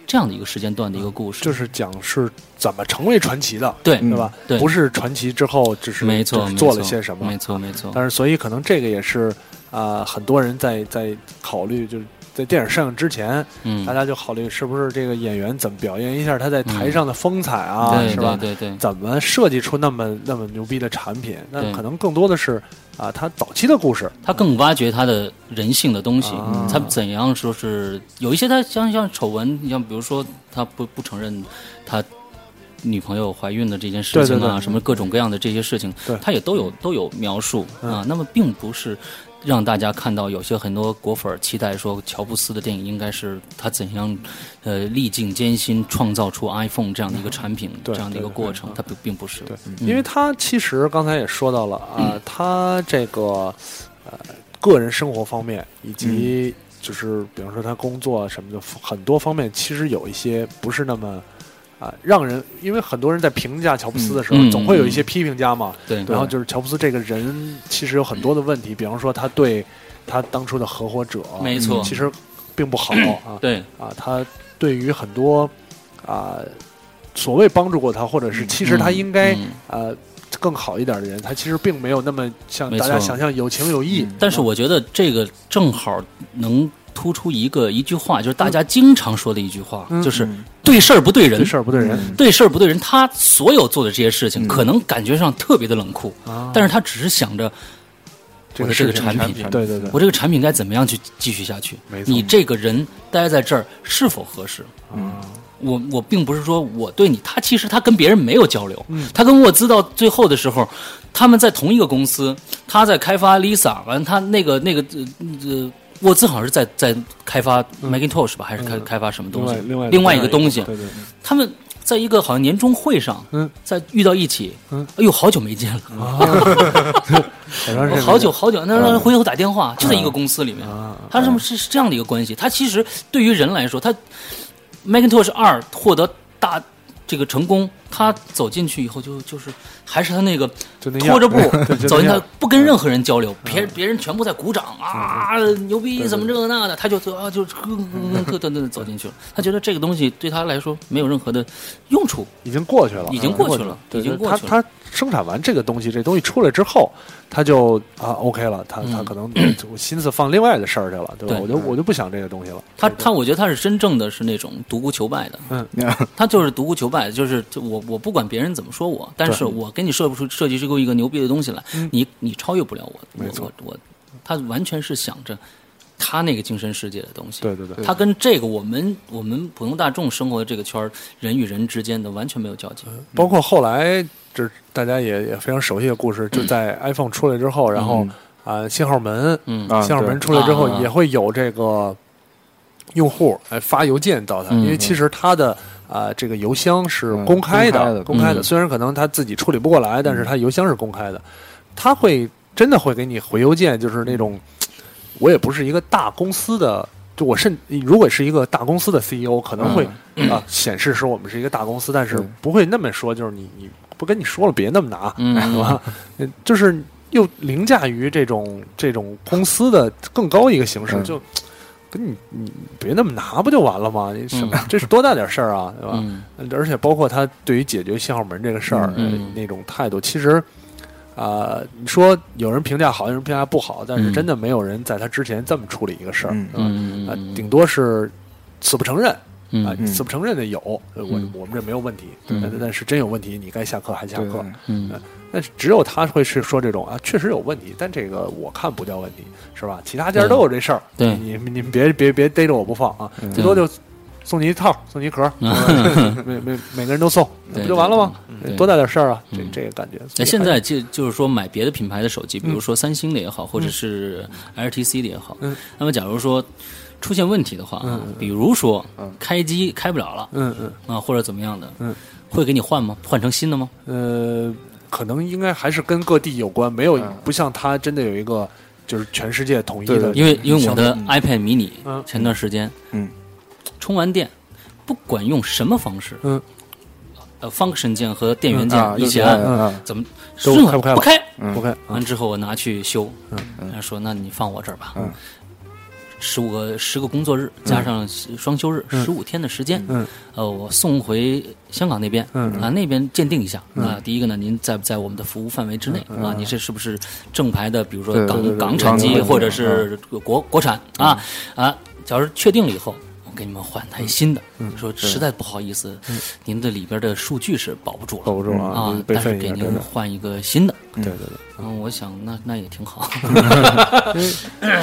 Speaker 2: 这样的一个时间段的一个故事，
Speaker 8: 就是讲是怎么成为传奇的，
Speaker 2: 对
Speaker 8: 对吧？
Speaker 2: 嗯对
Speaker 8: 不是传奇之后只是
Speaker 2: 没错
Speaker 8: 就是
Speaker 2: 没
Speaker 8: 做了
Speaker 2: 错
Speaker 8: 些什么，
Speaker 2: 没错没错
Speaker 8: 但是所以可能这个也是啊、呃很多人在在考虑，就是在电影上映之前，
Speaker 2: 嗯
Speaker 8: 大家就考虑是不是这个演员怎么表现一下他在台上的风采啊，
Speaker 2: 嗯对
Speaker 8: 是吧？
Speaker 2: 对对对
Speaker 8: 怎么设计出那么那么牛逼的产品？那
Speaker 2: 对
Speaker 8: 可能更多的是啊，他早期的故事，
Speaker 2: 他更挖掘他的人性的东西
Speaker 8: 啊，
Speaker 2: 他怎样说是有一些他像像丑闻，你像比如说他不不承认他女朋友怀孕的这件事情啊，
Speaker 8: 对对对
Speaker 2: 什么各种各样的这些事情，他也都有都有描述
Speaker 8: 嗯
Speaker 2: 啊。那么并不是让大家看到有些很多果粉儿期待说乔布斯的电影应该是他怎样呃历尽艰辛创造出 iPhone 这样的一个产品，这
Speaker 8: 对
Speaker 2: 样的一个过程，他并并不是。对，
Speaker 8: 因为他其实刚才也说到了啊，
Speaker 2: 嗯
Speaker 8: 他这个呃个人生活方面以
Speaker 2: 嗯
Speaker 8: 及就是比方说他工作什么的很多方面，其实有一些不是那么。啊，让人因为很多人在评价乔布斯的时候，
Speaker 2: 嗯嗯
Speaker 8: 总会有一些
Speaker 2: 嗯
Speaker 8: 批评家嘛。
Speaker 2: 对
Speaker 8: 然后就是乔布斯这个人其实有很多的问题，比方说他对他当初的合伙者，嗯
Speaker 2: 没错
Speaker 8: 其实并不好啊。
Speaker 2: 对
Speaker 8: 啊，他对于很多啊所谓帮助过他，或者是其实他应该、
Speaker 2: 嗯
Speaker 8: 呃更好一点的人，他其实并没有那么像
Speaker 2: 没
Speaker 8: 大家
Speaker 2: 错嗯
Speaker 8: 想象有情有义。
Speaker 2: 但是我觉得这个正好能突出一个一句话，就是大家经常说的一句话，
Speaker 8: 嗯
Speaker 2: 就是对事儿不对人，
Speaker 8: 对事儿嗯不对人嗯
Speaker 2: 对事儿不对人。他所有做的这些事情，可能感觉上特别的冷酷，
Speaker 8: 啊
Speaker 2: 嗯但是他只是想着。
Speaker 8: 这
Speaker 2: 我
Speaker 8: 个
Speaker 2: 的这个
Speaker 8: 事情
Speaker 2: 产
Speaker 8: 产
Speaker 2: 品，
Speaker 8: 品对对对
Speaker 2: 我这个产品该怎么样去继续下去？
Speaker 8: 没错
Speaker 2: 你这个人待在这儿是否合适？
Speaker 8: 嗯，
Speaker 2: 我我并不是说我对你，他其实他跟别人没有交流，
Speaker 8: 嗯
Speaker 2: 他跟沃兹到最后的时候，他们在同一个公司，他在开发 Lisa，完了他那个那个呃呃沃兹好像是在在开发 Macintosh 吧，还是开、开发什么东西？
Speaker 8: 嗯另外
Speaker 2: 另外一个东西，
Speaker 8: 对对，
Speaker 2: 他们在一个好像年终会上，
Speaker 8: 嗯，
Speaker 2: 在遇到一起，
Speaker 8: 嗯，
Speaker 2: 哎呦，好久没见了，
Speaker 8: 好长时间没
Speaker 2: 好久
Speaker 8: 见
Speaker 2: 好久，那那回头打电话，就在一个公司里面，他这么是是这样的一个关系。他其实对于人来说，他 Macintosh 二获得大这个成功，他走进去以后就就是还是他那个
Speaker 8: 那样
Speaker 2: 拖着步
Speaker 8: 对就那样
Speaker 2: 走进他，不跟任何人交流，别别人全部在鼓掌啊，牛逼，怎么这个那的，他就啊就噔噔噔噔走进去了。他觉得这个东西对他来说没有任何的用处，
Speaker 8: 已经过去了，
Speaker 2: 已经过去了，已经过去了。
Speaker 8: 他他生产完这个东西，这东西出来之后，他就啊 OK 了，他他可能我心思放另外的事儿去了，对吧？
Speaker 2: 嗯对
Speaker 8: 我就我就不想这个东西了。
Speaker 2: 他他，我觉得他是真正的是那种独孤求败的，
Speaker 8: 嗯，
Speaker 2: [laughs] 他就是独孤求败，就是就我我不管别人怎么说我，但是
Speaker 8: 对嗯
Speaker 2: 我给你设不出设计出一个牛逼的东西来，你你超越不了我，我
Speaker 8: 没错
Speaker 2: 我我，他完全是想着他那个精神世界的东西，
Speaker 8: 对对对，
Speaker 2: 他跟这个我们我们普通大众生活的这个圈儿人与人之间的完全没有交集，
Speaker 8: 包括后来这大家也也非常熟悉的故事，就在 iPhone 出来之后，然
Speaker 11: 嗯
Speaker 8: 后啊、信号门，
Speaker 2: 嗯
Speaker 11: 啊
Speaker 8: 信号门出来之后也会有这个用户哎发邮件到他，
Speaker 11: 嗯
Speaker 8: 因为其实他的。啊、这个邮箱是公开的，
Speaker 11: 公开的嗯
Speaker 8: 虽然可能他自己处理不过来，但是他邮箱是公开的，他会真的会给你回邮件，就是那种我也不是一个大公司的，就我甚如果是一个大公司的 CEO，可能会啊、
Speaker 2: 嗯
Speaker 8: 显示说我们是一个大公司，但是不会那么说，就是你你不跟你说了，别那么拿，
Speaker 2: 嗯
Speaker 8: [laughs] 是吧？呃就是又凌驾于这种这种公司的更高一个形式，
Speaker 11: 嗯
Speaker 8: 就跟你你别那么拿不就完了吗？你什么、这是多大点事儿啊，对吧？
Speaker 2: 嗯
Speaker 8: 而且包括他对于解决信号门这个事儿、
Speaker 2: 嗯
Speaker 8: 呃那种态度，其实。啊、你说有人评价好，有人评价不好，但是
Speaker 2: 嗯
Speaker 8: 真的没有人在他之前这么处理一个事儿，
Speaker 11: 嗯
Speaker 8: 对吧
Speaker 2: 嗯
Speaker 8: 啊，顶多是死不承认。
Speaker 2: 嗯
Speaker 8: 啊，
Speaker 2: 嗯
Speaker 8: 死不承认的有，呃我
Speaker 2: 嗯
Speaker 8: 我们这没有问题，
Speaker 2: 嗯
Speaker 8: 但但是真有问题，你该下课还下课，
Speaker 2: 嗯
Speaker 8: 呃但是只有他会是说这种啊，确实有问题，但这个我看不叫问题，是吧？其他家
Speaker 2: 对
Speaker 8: 都有这事儿，
Speaker 2: 对
Speaker 8: 你你你们别别别逮着我不放啊，
Speaker 2: 嗯
Speaker 8: 最多就送你一套，送你
Speaker 2: [laughs]
Speaker 8: 一盒，
Speaker 2: 嗯
Speaker 8: 每每每个人都送，那
Speaker 2: 对
Speaker 8: 不就完了吗
Speaker 2: 对对？嗯
Speaker 8: 多大点事儿啊，这这个感觉。
Speaker 2: 那现在就就是说买别的品牌的手机，比如
Speaker 8: 嗯
Speaker 2: 说三星的也好，或者
Speaker 8: 嗯
Speaker 2: 是 LTC 的也好，
Speaker 8: 嗯
Speaker 2: 那么假如说出现问题的话，啊
Speaker 8: 嗯嗯
Speaker 2: 比如说开机开不了了，
Speaker 8: 嗯嗯
Speaker 2: 啊或者怎么样的，
Speaker 8: 嗯，
Speaker 2: 会给你换吗？换成新的吗？
Speaker 8: 呃，可能应该还是跟各地有关，没有
Speaker 11: 嗯
Speaker 8: 不像它真的有一个就是全世界统一的，
Speaker 2: 因为因为我的
Speaker 8: 嗯
Speaker 2: iPad mini
Speaker 8: 嗯
Speaker 2: 前段时间，
Speaker 11: 嗯，
Speaker 2: 充完电，不管用什么方式，
Speaker 8: 嗯，
Speaker 2: 呃，function 键和电源
Speaker 11: 嗯啊
Speaker 2: 键一起
Speaker 11: 就
Speaker 2: 按，
Speaker 11: 是按嗯
Speaker 2: 怎么
Speaker 8: 都
Speaker 2: 任
Speaker 8: 开
Speaker 2: 何
Speaker 8: 不开
Speaker 2: 不开
Speaker 8: 了嗯不开
Speaker 2: 完之后我拿去修，
Speaker 8: 嗯
Speaker 2: 他说那你放我这儿吧，
Speaker 11: 嗯，
Speaker 2: 十五个十个工作日加上双休日，
Speaker 8: 嗯
Speaker 2: 十五天的时间，
Speaker 8: 嗯，
Speaker 2: 呃，我送回香港那边，
Speaker 8: 嗯
Speaker 2: 啊，那边鉴定一下，
Speaker 8: 嗯
Speaker 2: 啊，第一个呢，您在不在我们的服务范围之内
Speaker 8: 嗯。
Speaker 2: 啊？你这是不是正牌的，比如说
Speaker 11: 对对对
Speaker 2: 港
Speaker 11: 对
Speaker 2: 港
Speaker 11: 对
Speaker 2: 产
Speaker 11: 港
Speaker 2: 机
Speaker 11: 产
Speaker 2: 或者是国国产啊啊？假如确定了以后，我给你们换台新的。
Speaker 11: 嗯嗯
Speaker 2: 说
Speaker 11: 对
Speaker 2: 实在不好意思
Speaker 11: 嗯，
Speaker 2: 您的里边的数据是保不住了，
Speaker 11: 保不住啊
Speaker 2: 啊
Speaker 11: 就是，备
Speaker 2: 但是
Speaker 11: 份一
Speaker 2: 给
Speaker 11: 下
Speaker 2: 您
Speaker 11: 真的
Speaker 2: 换一个新的。
Speaker 11: 对对对。
Speaker 2: 嗯，我想那那也挺好
Speaker 8: 因为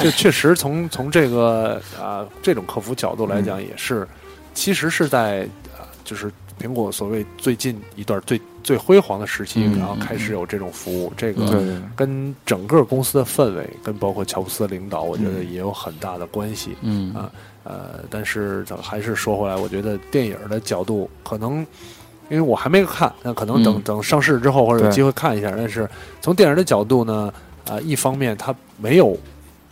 Speaker 8: [laughs] 就确实从从这个啊、这种客服角度
Speaker 11: 嗯
Speaker 8: 来讲，也是、其实是在啊、就是苹果所谓最近一段最最辉煌的时期，
Speaker 11: 嗯
Speaker 8: 然后开始有这种服务，这
Speaker 11: 嗯
Speaker 8: 个
Speaker 11: 对对对
Speaker 8: 跟整个公司的氛围，跟包括乔布斯的领导，我觉得
Speaker 11: 嗯
Speaker 8: 也有很大的关系。
Speaker 2: 嗯
Speaker 8: 啊呃，但是咱们还是说回来，我觉得电影的角度可能。因为我还没看，那可能等、
Speaker 11: 嗯
Speaker 8: 等上市之后或者有
Speaker 11: 对
Speaker 8: 机会看一下。但是从电影的角度呢，啊、一方面它没有，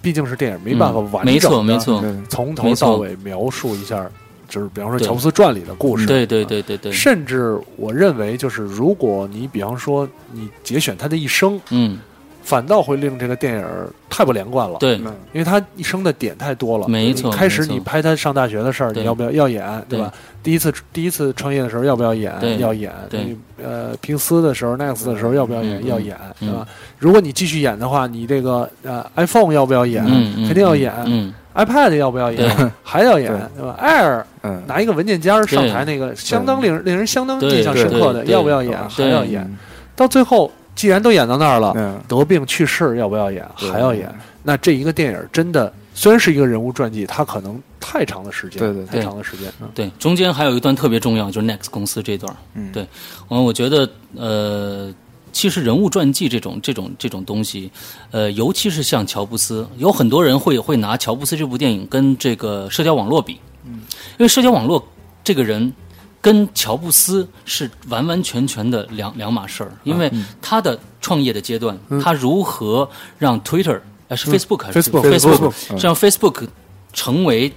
Speaker 8: 毕竟是电影，没办法
Speaker 2: 嗯
Speaker 8: 完整、
Speaker 2: 没错没错对
Speaker 8: 从头
Speaker 2: 没
Speaker 8: 到
Speaker 2: 错
Speaker 8: 尾描述一下，就是比方说《
Speaker 2: 对
Speaker 8: 乔布斯传》里的故事。啊
Speaker 2: 对对对对对
Speaker 8: 甚至我认为，就是如果你比方说你节选他的一生，
Speaker 2: 嗯，
Speaker 8: 反倒会令这个电影儿太不连贯了。
Speaker 2: 对
Speaker 8: 因为他一生的点太多了。
Speaker 2: 没错
Speaker 8: 你开始
Speaker 2: 没错
Speaker 8: 你拍他上大学的事儿，你
Speaker 2: 对
Speaker 8: 要不要要演，对吧？第一次第一次创业的时候要不要演
Speaker 11: 对？
Speaker 8: 要演。
Speaker 11: 对
Speaker 8: 你呃，平斯的时候，Next 的时候要不要演？
Speaker 11: 嗯
Speaker 8: 要演，
Speaker 11: 嗯
Speaker 8: 对吧？如果你继续演的话，你这个呃 iPhone 要不要演？
Speaker 11: 嗯嗯
Speaker 8: 肯定要演。
Speaker 11: 嗯
Speaker 8: iPad 要不要
Speaker 11: 对
Speaker 8: 演？还要演，
Speaker 11: 对
Speaker 8: 对吧？Air
Speaker 11: 嗯
Speaker 8: 拿一个文件夹儿上
Speaker 11: 对
Speaker 8: 台那个，
Speaker 11: 对
Speaker 8: 相当令人令人相当印象
Speaker 11: 对
Speaker 8: 深刻的，
Speaker 11: 对对
Speaker 8: 要不要演？还
Speaker 11: 对
Speaker 8: 要演。到最后，既然都演到那儿了，得病去世要不要演？
Speaker 11: 嗯对
Speaker 8: 还要演。那这一个电影真的虽然是一个人物传记，它可能太长的时间，
Speaker 2: 对对对
Speaker 8: 太长的时间。嗯
Speaker 2: 对，中间还有一段特别重要，就是 Next 公司这段儿。
Speaker 8: 嗯
Speaker 2: 对，嗯，我觉得呃，其实人物传记这种这种这种东西，呃，尤其是像乔布斯，有很多人会会拿乔布斯这部电影跟这个社交网络比，
Speaker 11: 嗯，
Speaker 2: 因为社交网络这个人。跟乔布斯是完完全全的两两码事儿，因为他的创业的阶段，
Speaker 11: 啊嗯
Speaker 2: 他如何让 Twitter 呃是
Speaker 11: 嗯
Speaker 2: Facebook 还是
Speaker 11: Facebook 嗯
Speaker 2: Facebook
Speaker 11: Facebook，
Speaker 2: 让 Facebook 成为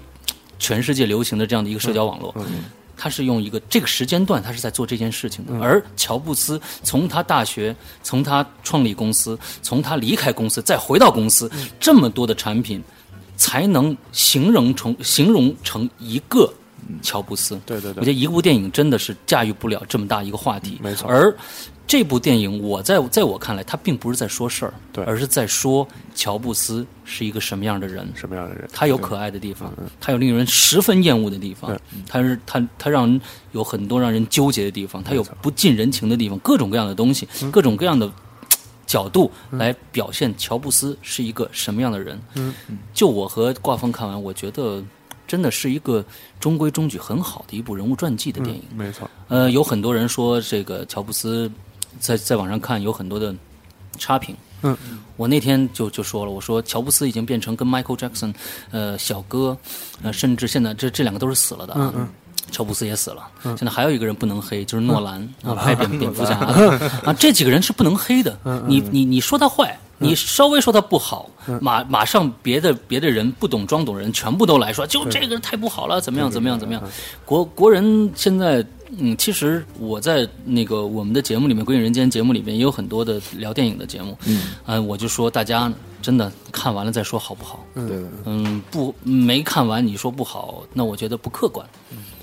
Speaker 2: 全世界流行的这样的一个社交网
Speaker 11: 嗯
Speaker 2: 络。他是用一个这个时间段，他是在做这件事情的。
Speaker 8: 嗯
Speaker 2: 而乔布斯从他大学，从他创立公司，从他离开公司，再回到公司，
Speaker 8: 嗯
Speaker 2: 这么多的产品，才能形容成形容成一个乔布斯。
Speaker 8: 嗯对对嗯
Speaker 2: 我觉得一部电影真的是驾驭不了这么大一个话题。
Speaker 8: 没错
Speaker 2: 而这部电影，我在在我看来，它并不是在说事儿，
Speaker 8: 对
Speaker 2: 而是在说乔布斯是一个什么样的人，
Speaker 8: 什么样的人，
Speaker 2: 他有可爱的地方，他有令人十分厌恶的地方，他是他他让人有很多让人纠结的地方，他有不近人情的地方，各种各样的东西，各种各样的。嘖角度来表现乔布斯是一个什么样的人，
Speaker 11: 嗯
Speaker 2: 就我和挂风看完，我觉得真的是一个中规中矩、很好的一部人物传记的电影。
Speaker 8: 嗯没错。
Speaker 2: 呃，有很多人说这个乔布斯在在网上看有很多的差评。
Speaker 8: 嗯，
Speaker 2: 我那天就就说了，我说乔布斯已经变成跟 Michael Jackson，呃，小哥，呃，甚至现在这这两个都是死了的啊。
Speaker 11: 嗯嗯
Speaker 2: 乔布斯也死了，
Speaker 11: 嗯
Speaker 2: 现在还有一个人不能黑，就是诺兰、
Speaker 11: 嗯
Speaker 2: 啊，拍
Speaker 11: [laughs]
Speaker 2: 蝙
Speaker 11: 嗯
Speaker 2: 蝙蝠侠
Speaker 11: 诺
Speaker 2: 的
Speaker 11: 兰
Speaker 2: 啊，这几个人是不能黑的。
Speaker 11: 嗯嗯嗯
Speaker 2: 你你你说他坏，你稍微说他不好，马马上别的别的人不懂装懂人全部都来说，就
Speaker 11: 对
Speaker 2: 这个人太不好了，怎么样
Speaker 11: 对对
Speaker 2: 怎么样怎么样。国国人现在，嗯，其实我在那个我们的节目里面，《鬼影人间》节目里面也有很多的聊电影的节目，
Speaker 11: 嗯，
Speaker 2: 呃，我就说大家真的看完了再说好不好？
Speaker 11: 对对
Speaker 2: 嗯，不没看完你说不好，那我觉得不客观。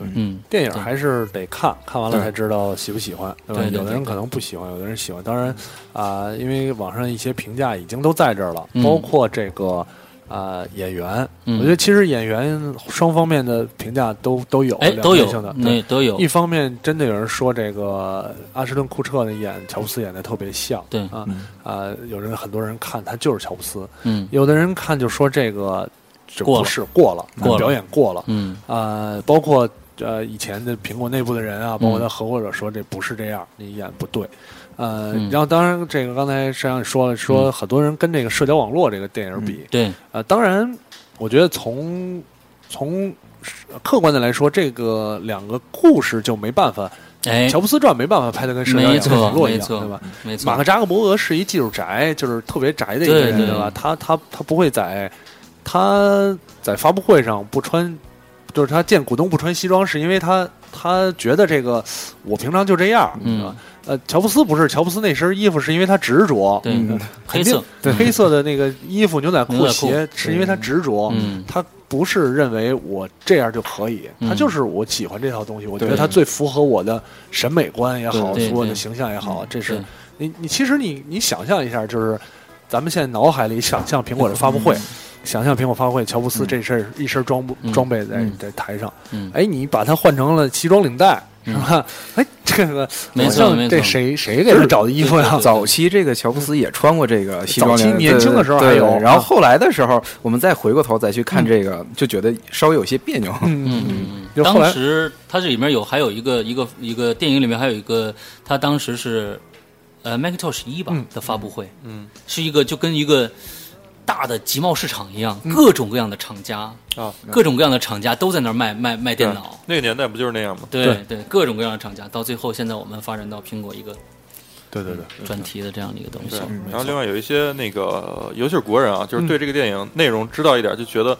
Speaker 2: 嗯，
Speaker 8: 电影
Speaker 2: 对
Speaker 8: 还是得看看完了
Speaker 2: 对
Speaker 8: 才知道喜不喜欢，对吧？
Speaker 2: 对对对嗯
Speaker 8: 有的人可能不喜欢，有的人喜欢。当然啊、因为网上一些评价已经都在这儿了，
Speaker 11: 嗯
Speaker 8: 包括这个啊、演员，
Speaker 11: 嗯
Speaker 8: 我觉得其实演员双方面的评价都都有，
Speaker 2: 哎
Speaker 8: 哦两
Speaker 2: 都有
Speaker 8: 面性的，
Speaker 2: 那
Speaker 8: 对
Speaker 2: 都有
Speaker 8: 一方面真的有人说这个阿什顿库彻的演乔布斯演的特别像，
Speaker 2: 对
Speaker 8: 啊啊、有人很多人看他就是乔布斯，
Speaker 2: 嗯
Speaker 8: 有的人看就说这个这
Speaker 2: 过
Speaker 8: 不
Speaker 2: 了
Speaker 8: 是过了，
Speaker 2: 过了
Speaker 8: 表演过了，
Speaker 2: 嗯
Speaker 8: 呃，包括呃以前的苹果内部的人啊，包括
Speaker 11: 嗯
Speaker 8: 他合伙者说这不是这样，你演不对。呃，
Speaker 11: 嗯
Speaker 8: 然后当然这个刚才实际上也说了，说
Speaker 11: 嗯
Speaker 8: 很多人跟这个社交网络这个电影比，
Speaker 2: 对，
Speaker 8: 呃，当然我觉得从从客观的来说，这个两个故事就没办法。
Speaker 2: 哎
Speaker 8: 乔布斯传没办法拍的跟社
Speaker 2: 没
Speaker 8: 交
Speaker 2: 错
Speaker 8: 网络一样，
Speaker 2: 没错
Speaker 8: 对吧？
Speaker 2: 没错
Speaker 8: 马克扎克伯格是一技术宅，就是特别宅的一个人，
Speaker 2: 对对
Speaker 8: 吧？他他他不会在他在发布会上不穿，就是他见股东不穿西装，是因为他他觉得这个我平常就这样，
Speaker 2: 嗯
Speaker 8: 你知道吧呃，乔布斯不是，乔布斯那身衣服是因为他执着，
Speaker 2: 对
Speaker 8: 嗯
Speaker 2: 黑
Speaker 8: 肯定
Speaker 2: 色对
Speaker 8: 黑色的那个衣服、牛仔
Speaker 2: 牛
Speaker 8: 裤、
Speaker 2: 仔裤
Speaker 8: 鞋是因为他执着，
Speaker 2: 嗯
Speaker 8: 他不是认为我这样就可以，
Speaker 2: 嗯
Speaker 8: 他就是我喜欢这套东西，我觉得
Speaker 11: 对
Speaker 8: 它最符合我的审美观也好，
Speaker 11: 对对
Speaker 8: 所有的
Speaker 11: 对
Speaker 8: 形象也好，这是
Speaker 11: 对
Speaker 8: 你你其实你你想象一下，就是咱们现在脑海里想象苹果的发布会，想象苹果发布会，乔布斯这身一身装不装备在在台上，
Speaker 2: 嗯
Speaker 8: 哎，你把它换成了西装领带。是吧？ [laughs] 哎，这个
Speaker 11: 没
Speaker 8: 好
Speaker 11: 错
Speaker 8: 像
Speaker 11: 没
Speaker 8: 这
Speaker 11: 错
Speaker 8: 谁谁给他找的衣服呀？
Speaker 11: [laughs] 早期这个乔布斯也穿过这个西
Speaker 8: 早
Speaker 11: 装
Speaker 8: 期
Speaker 11: 领带，
Speaker 8: 年轻的时候
Speaker 11: 对对
Speaker 8: 还有
Speaker 11: 对然后
Speaker 8: 啊
Speaker 11: 后来的时候，我们再回过头再去看这个，就觉得稍微有些别扭。
Speaker 8: 嗯
Speaker 11: 嗯
Speaker 8: 就后来
Speaker 2: 当时它这里面有还有一个一个一个电影里面还有一个，它当时是呃 Macintosh 一吧、的发布会，
Speaker 8: 嗯，
Speaker 2: 是一个就跟一个大的集贸市场一样，
Speaker 8: 嗯
Speaker 2: 各种各样的厂家
Speaker 8: 哦
Speaker 10: 啊
Speaker 2: 各种各样的厂家都在那儿卖卖卖电脑，
Speaker 10: 那个年代不就是那样吗？
Speaker 2: 对对，各种各样的厂家，到最后现在我们发展到苹果一个
Speaker 8: 对对对
Speaker 2: 专题的这样的一个东西
Speaker 10: 对，，然后另外有一些那个，尤其是国人啊，就是
Speaker 2: 嗯
Speaker 10: 对这个电影内容知道一点，就觉得，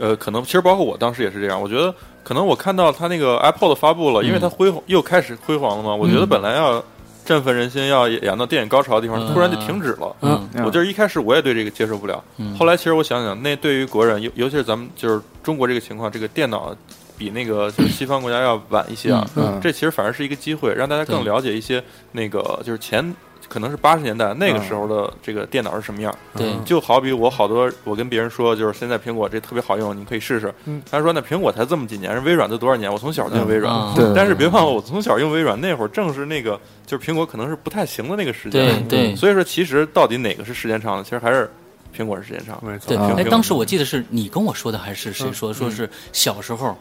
Speaker 10: 呃，可能其实包括我当时也是这样，我觉得可能我看到他那个 iPod 发布了，因为它辉煌又开始辉煌了嘛，我觉得
Speaker 2: 嗯
Speaker 10: 本来要振奋人心，要演到电影高潮的地方，突然就停止了。
Speaker 2: 嗯
Speaker 10: 我就是一开始我也对这个接受不了，后来其实我想想，那对于国人，尤尤其是咱们就是中国这个情况，这个电脑。比那个 [coughs] 就是西方国家要晚一些啊，
Speaker 2: 嗯嗯
Speaker 10: 这其实反而是一个机会，让大家更
Speaker 2: 对
Speaker 10: 了解一些那个就是前可能是八十年代
Speaker 2: 嗯
Speaker 10: 那个时候的这个电脑是什么样。
Speaker 8: 嗯
Speaker 2: 对
Speaker 10: 就好比我好多我跟别人说，就是现在苹果这特别好用，你可以试试。
Speaker 2: 嗯
Speaker 10: 他说那苹果才这么几年，微软都多少年？我从小就用微软，
Speaker 2: 嗯啊对
Speaker 10: 但是别忘了我从小用微软那会儿正是那个就是苹果可能是不太行的那个时间。
Speaker 2: 对对
Speaker 10: 所以说其实到底哪个是时间长的，其实还是苹果是时间长。啊
Speaker 2: 对，
Speaker 8: 啊
Speaker 10: 苹
Speaker 2: 哎，
Speaker 10: 苹
Speaker 2: 当时我记得是你跟我说的，还是谁说？说是小时候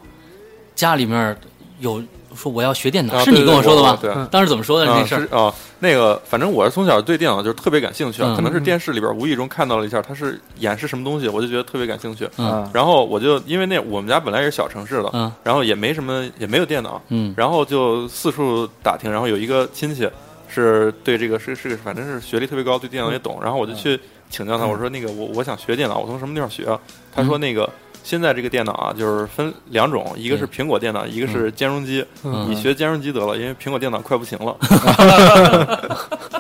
Speaker 2: 家里面有说我要学电脑，
Speaker 10: 啊
Speaker 2: 是
Speaker 10: 对
Speaker 2: 你跟
Speaker 10: 对
Speaker 2: 我说的吧？
Speaker 10: 对，
Speaker 8: 嗯
Speaker 10: 对
Speaker 2: 当时怎么说的
Speaker 10: 啊
Speaker 2: 这事儿
Speaker 10: 是？啊，那个反正我是从小对电脑就是特别感兴趣啊，
Speaker 2: 嗯
Speaker 10: 可能是电视里边无意中看到了一下它是演示什么东西，我就觉得特别感兴趣。
Speaker 2: 嗯
Speaker 10: 然后我就因为那我们家本来也是小城市的，
Speaker 2: 嗯
Speaker 10: 然后也没什么也没有电脑，
Speaker 2: 嗯
Speaker 10: 然后就四处打听，然后有一个亲戚是对这个是是反正是学历特别高，对电脑也懂，然后我就
Speaker 2: 嗯
Speaker 10: 去请教他，我说那个我我想学电脑，我从什么地方学啊？他
Speaker 2: 嗯
Speaker 10: 说那个。现在这个电脑啊，就是分两种，一个是苹果电脑，一个是兼容机。
Speaker 2: 嗯
Speaker 10: 你学兼容机得了，因为苹果电脑快不行
Speaker 2: [laughs]
Speaker 10: 了。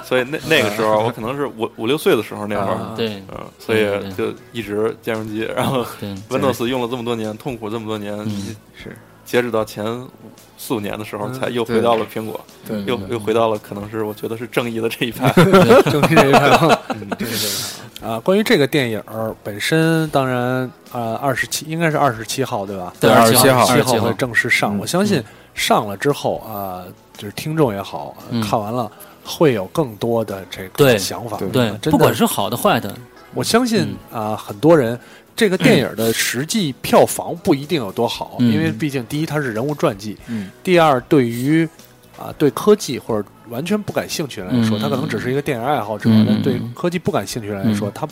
Speaker 10: 所以那那个时候，我可能是五五六岁的时候那会
Speaker 2: 啊
Speaker 10: 儿，
Speaker 2: 对
Speaker 10: 嗯，所以
Speaker 2: 对对
Speaker 10: 就一直兼容机，然后
Speaker 2: 对
Speaker 10: Windows 用了这么多年，痛苦这么多
Speaker 8: 嗯
Speaker 10: 年，
Speaker 11: 是
Speaker 10: 截止到前四五年的时候，
Speaker 8: 嗯
Speaker 10: 才又回
Speaker 8: 对
Speaker 10: 到了苹果，
Speaker 8: 对，
Speaker 10: 又又回到了可能是我觉得是正义的这一派
Speaker 8: 正义这一派啊
Speaker 10: 嗯，
Speaker 8: 正义这一派啊。关于这个电影儿本身，当然呃，二十七应该是二十七号对吧？
Speaker 11: 对27号
Speaker 8: 七号
Speaker 11: 27号
Speaker 8: 会正式
Speaker 2: 嗯
Speaker 8: 上。我相信上了之后啊，就是听众也好，呃
Speaker 2: 嗯
Speaker 8: 看完了会有更多的这
Speaker 2: 对
Speaker 8: 个想法。
Speaker 2: 对
Speaker 8: 啊真的
Speaker 2: 不管是嗯好的坏的，
Speaker 8: 我相信啊，很多人。这个电影的实际票房不一定有多好，
Speaker 2: 嗯
Speaker 8: 因为毕竟第一它是人物传记，
Speaker 11: 嗯
Speaker 8: 第二，对于啊对科技或者完全不感兴趣的人来说，
Speaker 2: 嗯
Speaker 8: 他可能只是一个电影爱好者，
Speaker 2: 嗯
Speaker 8: 但对科技不感兴趣的人来说，
Speaker 2: 嗯
Speaker 8: 他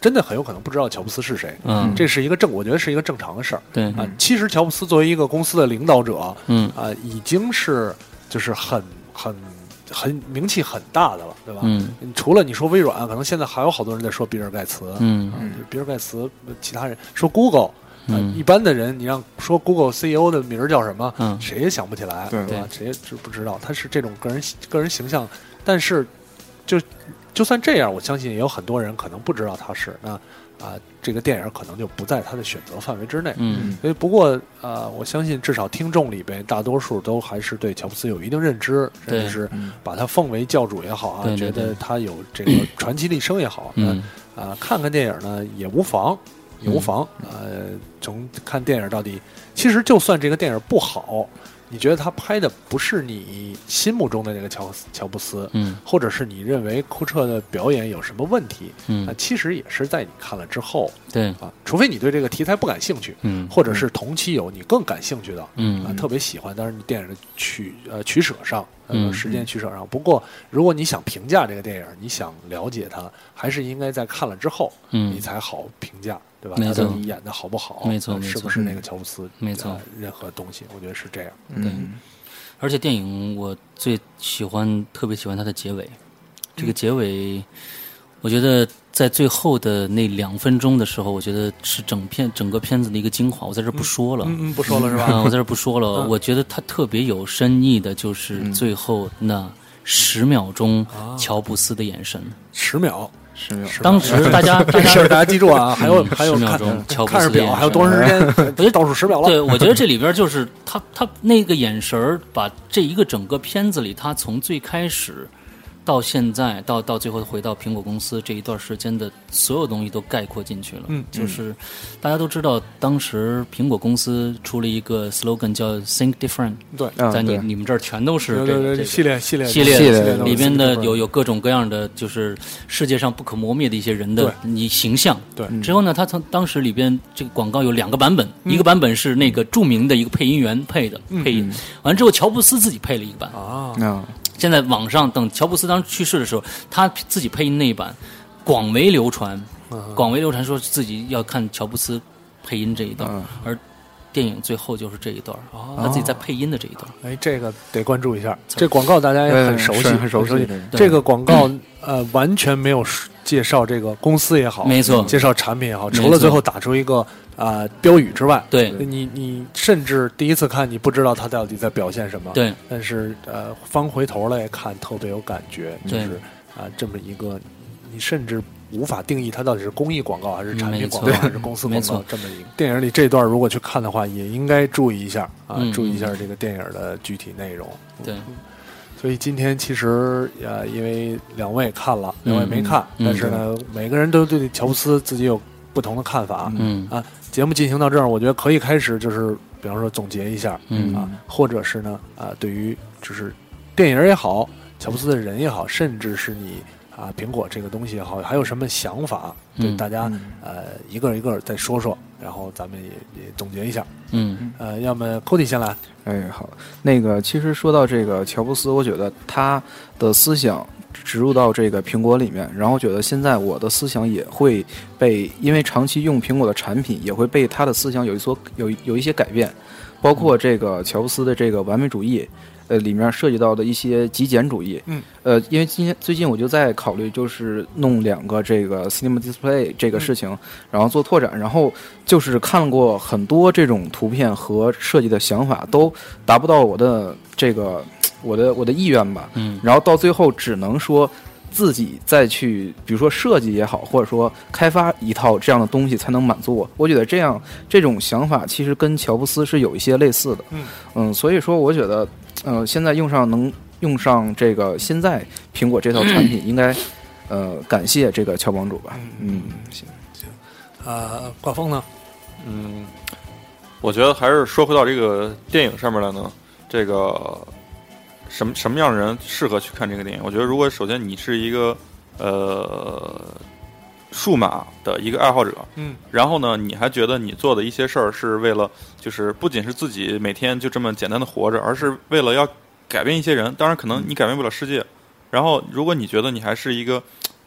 Speaker 8: 真的很有可能不知道乔布斯是谁。
Speaker 2: 嗯
Speaker 8: 这是一个正，我觉得是一个正常的事儿。
Speaker 2: 对
Speaker 8: 啊，其实乔布斯作为一个公司的领导者，
Speaker 2: 嗯
Speaker 8: 啊，已经是就是很很。很名气很大的了，对吧？
Speaker 2: 嗯，
Speaker 8: 除了你说微软，可能现在还有好多人在说比尔盖茨，
Speaker 2: 嗯
Speaker 8: 啊比尔盖茨，呃其他人说 Google，呃
Speaker 2: 嗯
Speaker 8: 一般的人你让说 Google CEO 的名儿叫什么，
Speaker 2: 嗯
Speaker 8: 谁也想不起来，
Speaker 2: 对
Speaker 8: 吧？谁也知不知道？他是这种个人个人形象，但是就就算这样，我相信也有很多人可能不知道他是那啊、这个电影可能就不在他的选择范围之内。
Speaker 2: 嗯
Speaker 8: 所以不过呃，我相信至少听众里边大多数都还是对乔布斯有一定认知，甚
Speaker 2: 对
Speaker 8: 至是把他奉为教主也好啊，
Speaker 2: 对
Speaker 8: 觉
Speaker 2: 对
Speaker 8: 得
Speaker 2: 对
Speaker 8: 他有这个传奇立生也好，那
Speaker 2: 嗯
Speaker 8: 啊、看看电影呢也无妨，也无妨。呃，从看电影到底，其实就算这个电影不好，你觉得他拍的不是你心目中的那个乔乔布斯，
Speaker 2: 嗯
Speaker 8: 或者是你认为库彻的表演有什么问题，
Speaker 2: 嗯
Speaker 8: 啊其实也是在你看了之后，
Speaker 2: 对
Speaker 8: 啊，除非你对这个题材不感兴趣，
Speaker 2: 嗯
Speaker 8: 或者是同期有你更感兴趣的，
Speaker 2: 嗯
Speaker 8: 啊，特别喜欢，但是你电影的取呃取舍上，呃、
Speaker 2: 嗯
Speaker 8: 时间取舍上。不过，如果你想评价这个电影，你想了解它，还是应该在看了之后，
Speaker 2: 嗯
Speaker 8: 你才好评价，对吧？
Speaker 2: 没
Speaker 8: 它到
Speaker 2: 错
Speaker 8: 底演的好不好，
Speaker 2: 没错
Speaker 8: 呃
Speaker 2: 没
Speaker 8: 是
Speaker 2: 错
Speaker 8: 不是那个
Speaker 2: 嗯
Speaker 8: 乔布斯，
Speaker 2: 没错
Speaker 8: 呃任何东西，我觉得是这样。
Speaker 2: 对，
Speaker 8: 嗯
Speaker 2: 而且电影我最喜欢，特别喜欢它的结尾。这个结尾，我觉得在最后的那两分钟的时候，我觉得是整片整个片子的一个精华。我在这儿不说了，
Speaker 8: 嗯嗯不说了是吧
Speaker 2: 啊，我在这儿不说了。
Speaker 8: 嗯
Speaker 2: 我觉得它特别有深意的，就是最后那十秒钟，
Speaker 8: 啊
Speaker 2: 乔布斯的眼神。
Speaker 8: 十秒。
Speaker 11: 十秒
Speaker 2: 当时大家，
Speaker 8: 这事儿大家记住啊，还有
Speaker 2: 嗯
Speaker 8: 还有
Speaker 2: 10秒
Speaker 8: 看
Speaker 2: 钟乔布
Speaker 8: 看
Speaker 2: 斯
Speaker 8: 着
Speaker 2: 的眼
Speaker 8: 表，
Speaker 2: 神
Speaker 8: 还有多长时间？呃
Speaker 2: 我觉得
Speaker 8: 倒数十秒了。
Speaker 2: 对，我觉得这里边就是他他那个眼神儿，把这一个整个片子里，他从最开始到现在，到到最后回到苹果公司这一段时间的所有东西都概括进去了。
Speaker 16: 嗯
Speaker 2: 就是大家都知道，当时苹果公司出了一个 slogan 叫 “Think Different”。
Speaker 8: 对
Speaker 2: 在你
Speaker 8: 啊对
Speaker 2: 你们这儿全都是
Speaker 8: 对
Speaker 2: 这
Speaker 8: 对对
Speaker 2: 个这个
Speaker 8: 系列系列
Speaker 2: 系
Speaker 8: 系列
Speaker 2: 列
Speaker 8: 的
Speaker 2: 里边的
Speaker 8: Think Different
Speaker 2: 有有各种各样的，就是世界上不可磨灭的一些人的
Speaker 8: 对
Speaker 2: 你形象。
Speaker 8: 对
Speaker 2: 之后呢，他从当时里边这个广告有两个版本，
Speaker 8: 嗯
Speaker 2: 一个版本是那个著名的一个配音员配的
Speaker 8: 嗯
Speaker 2: 配音
Speaker 8: 嗯，
Speaker 2: 完之后乔布斯自己配了一个版
Speaker 8: 啊
Speaker 11: 啊。
Speaker 2: 现在网上等乔布斯当时去世的时候，他自己配音那一版广为流传，
Speaker 8: 啊
Speaker 2: 广为流传说自己要看乔布斯配音这一段，
Speaker 8: 啊
Speaker 2: 而电影最后就是这一段，他自己在配音的这一段。
Speaker 8: 哎，这个得关注一下。这广告大家也哎
Speaker 2: 嗯
Speaker 8: 很熟悉，
Speaker 11: 对是很熟悉
Speaker 8: 很
Speaker 11: 对
Speaker 8: 这个广告、呃，完全没有介绍这个公司也好，
Speaker 2: 没错
Speaker 8: 介绍产品也好，
Speaker 2: 没错
Speaker 8: 除了最后打出一个啊、呃标语之外，
Speaker 2: 对
Speaker 8: 你你甚至第一次看你不知道他到底在表现什么，
Speaker 2: 对。
Speaker 8: 但是呃，翻回头来看特别有感觉，就
Speaker 2: 对
Speaker 8: 是啊、这么一个你甚至。无法定义它到底是公益广告还是产品广告
Speaker 2: 没错
Speaker 8: 还是公司广
Speaker 2: 没
Speaker 8: 告
Speaker 2: 错，
Speaker 8: 这么一个电影里这段如果去看的话，也应该注意一下啊，
Speaker 2: 嗯
Speaker 8: 注意一下这个电影的具体内容。
Speaker 2: 对，
Speaker 8: 所以今天其实呃，因为两位看了，
Speaker 2: 嗯
Speaker 8: 两位没看，
Speaker 2: 嗯
Speaker 8: 但是呢，每个人都对乔布斯自己有不同的看法。
Speaker 2: 嗯
Speaker 8: 啊，节目进行到这儿，我觉得可以开始，就是比方说总结一下，
Speaker 2: 嗯
Speaker 8: 啊，或者是呢啊，对于就是电影也好，乔布斯的人也好，甚至是你啊苹果这个东西也好，还有什么想法，对
Speaker 2: 嗯
Speaker 8: 大
Speaker 11: 啊
Speaker 8: 家、呃一个一个再说说，然后咱们也也总结一下。
Speaker 2: 嗯，
Speaker 8: 呃，要么 Cody 先来，
Speaker 11: 哎，好，那个其实说到这个乔布斯，我觉得他的思想植入到这个苹果里面，然后觉得现在我的思想也会被，因为长期用苹果的产品，也会被他的思想有一所有有一些改变，包括这个乔布斯的这个完美主义。呃，里面涉及到的一些极简主义，
Speaker 8: 嗯，
Speaker 11: 呃，因为今天最近我就在考虑，就是弄两个这个 Cinema Display 这个事情，然后做拓展，然后就是看过很多这种图片和设计的想法，都达不到我的这个我的我的意愿吧，
Speaker 2: 嗯
Speaker 11: 然后到最后只能说自己再去，比如说设计也好，或者说开发一套这样的东西才能满足我。我觉得这样这种想法其实跟乔布斯是有一些类似的，
Speaker 8: 嗯
Speaker 11: 所以说我觉得，呃，现在用上能用上这个现在苹果这套产品，应该呃感谢这个乔帮主吧，嗯，行，
Speaker 8: 呃，挂风呢？
Speaker 10: 嗯，我觉得还是说回到这个电影上面来呢，这个什么什么样的人适合去看这个电影？我觉得，如果首先你是一个呃数码的一个爱好者，
Speaker 8: 嗯，
Speaker 10: 然后呢，你还觉得你做的一些事儿是为了，就是不仅是自己每天就这么简单的活着，而是为了要改变一些人。当然，可能你改变不了世界。然后，如果你觉得你还是一个，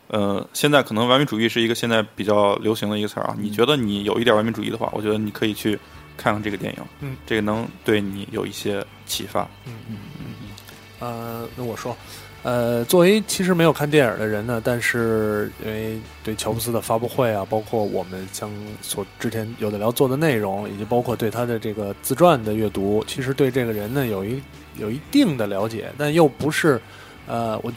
Speaker 10: 呃，现在可能完美主义是一个现在比较流行的一个词儿啊，你觉得你有一点完美主义的话，我觉得你可以去看看这个电影，
Speaker 8: 嗯，
Speaker 10: 这个能对你有一些启发。
Speaker 8: 嗯嗯嗯，呃，那我说，呃，作为其实没有看电影的人呢，但是因为对乔布斯的发布会啊，包括我们将所之前有的聊做的内容，以及包括对他的这个自传的阅读，其实对这个人呢有一有一定的了解，但又不是，呃，我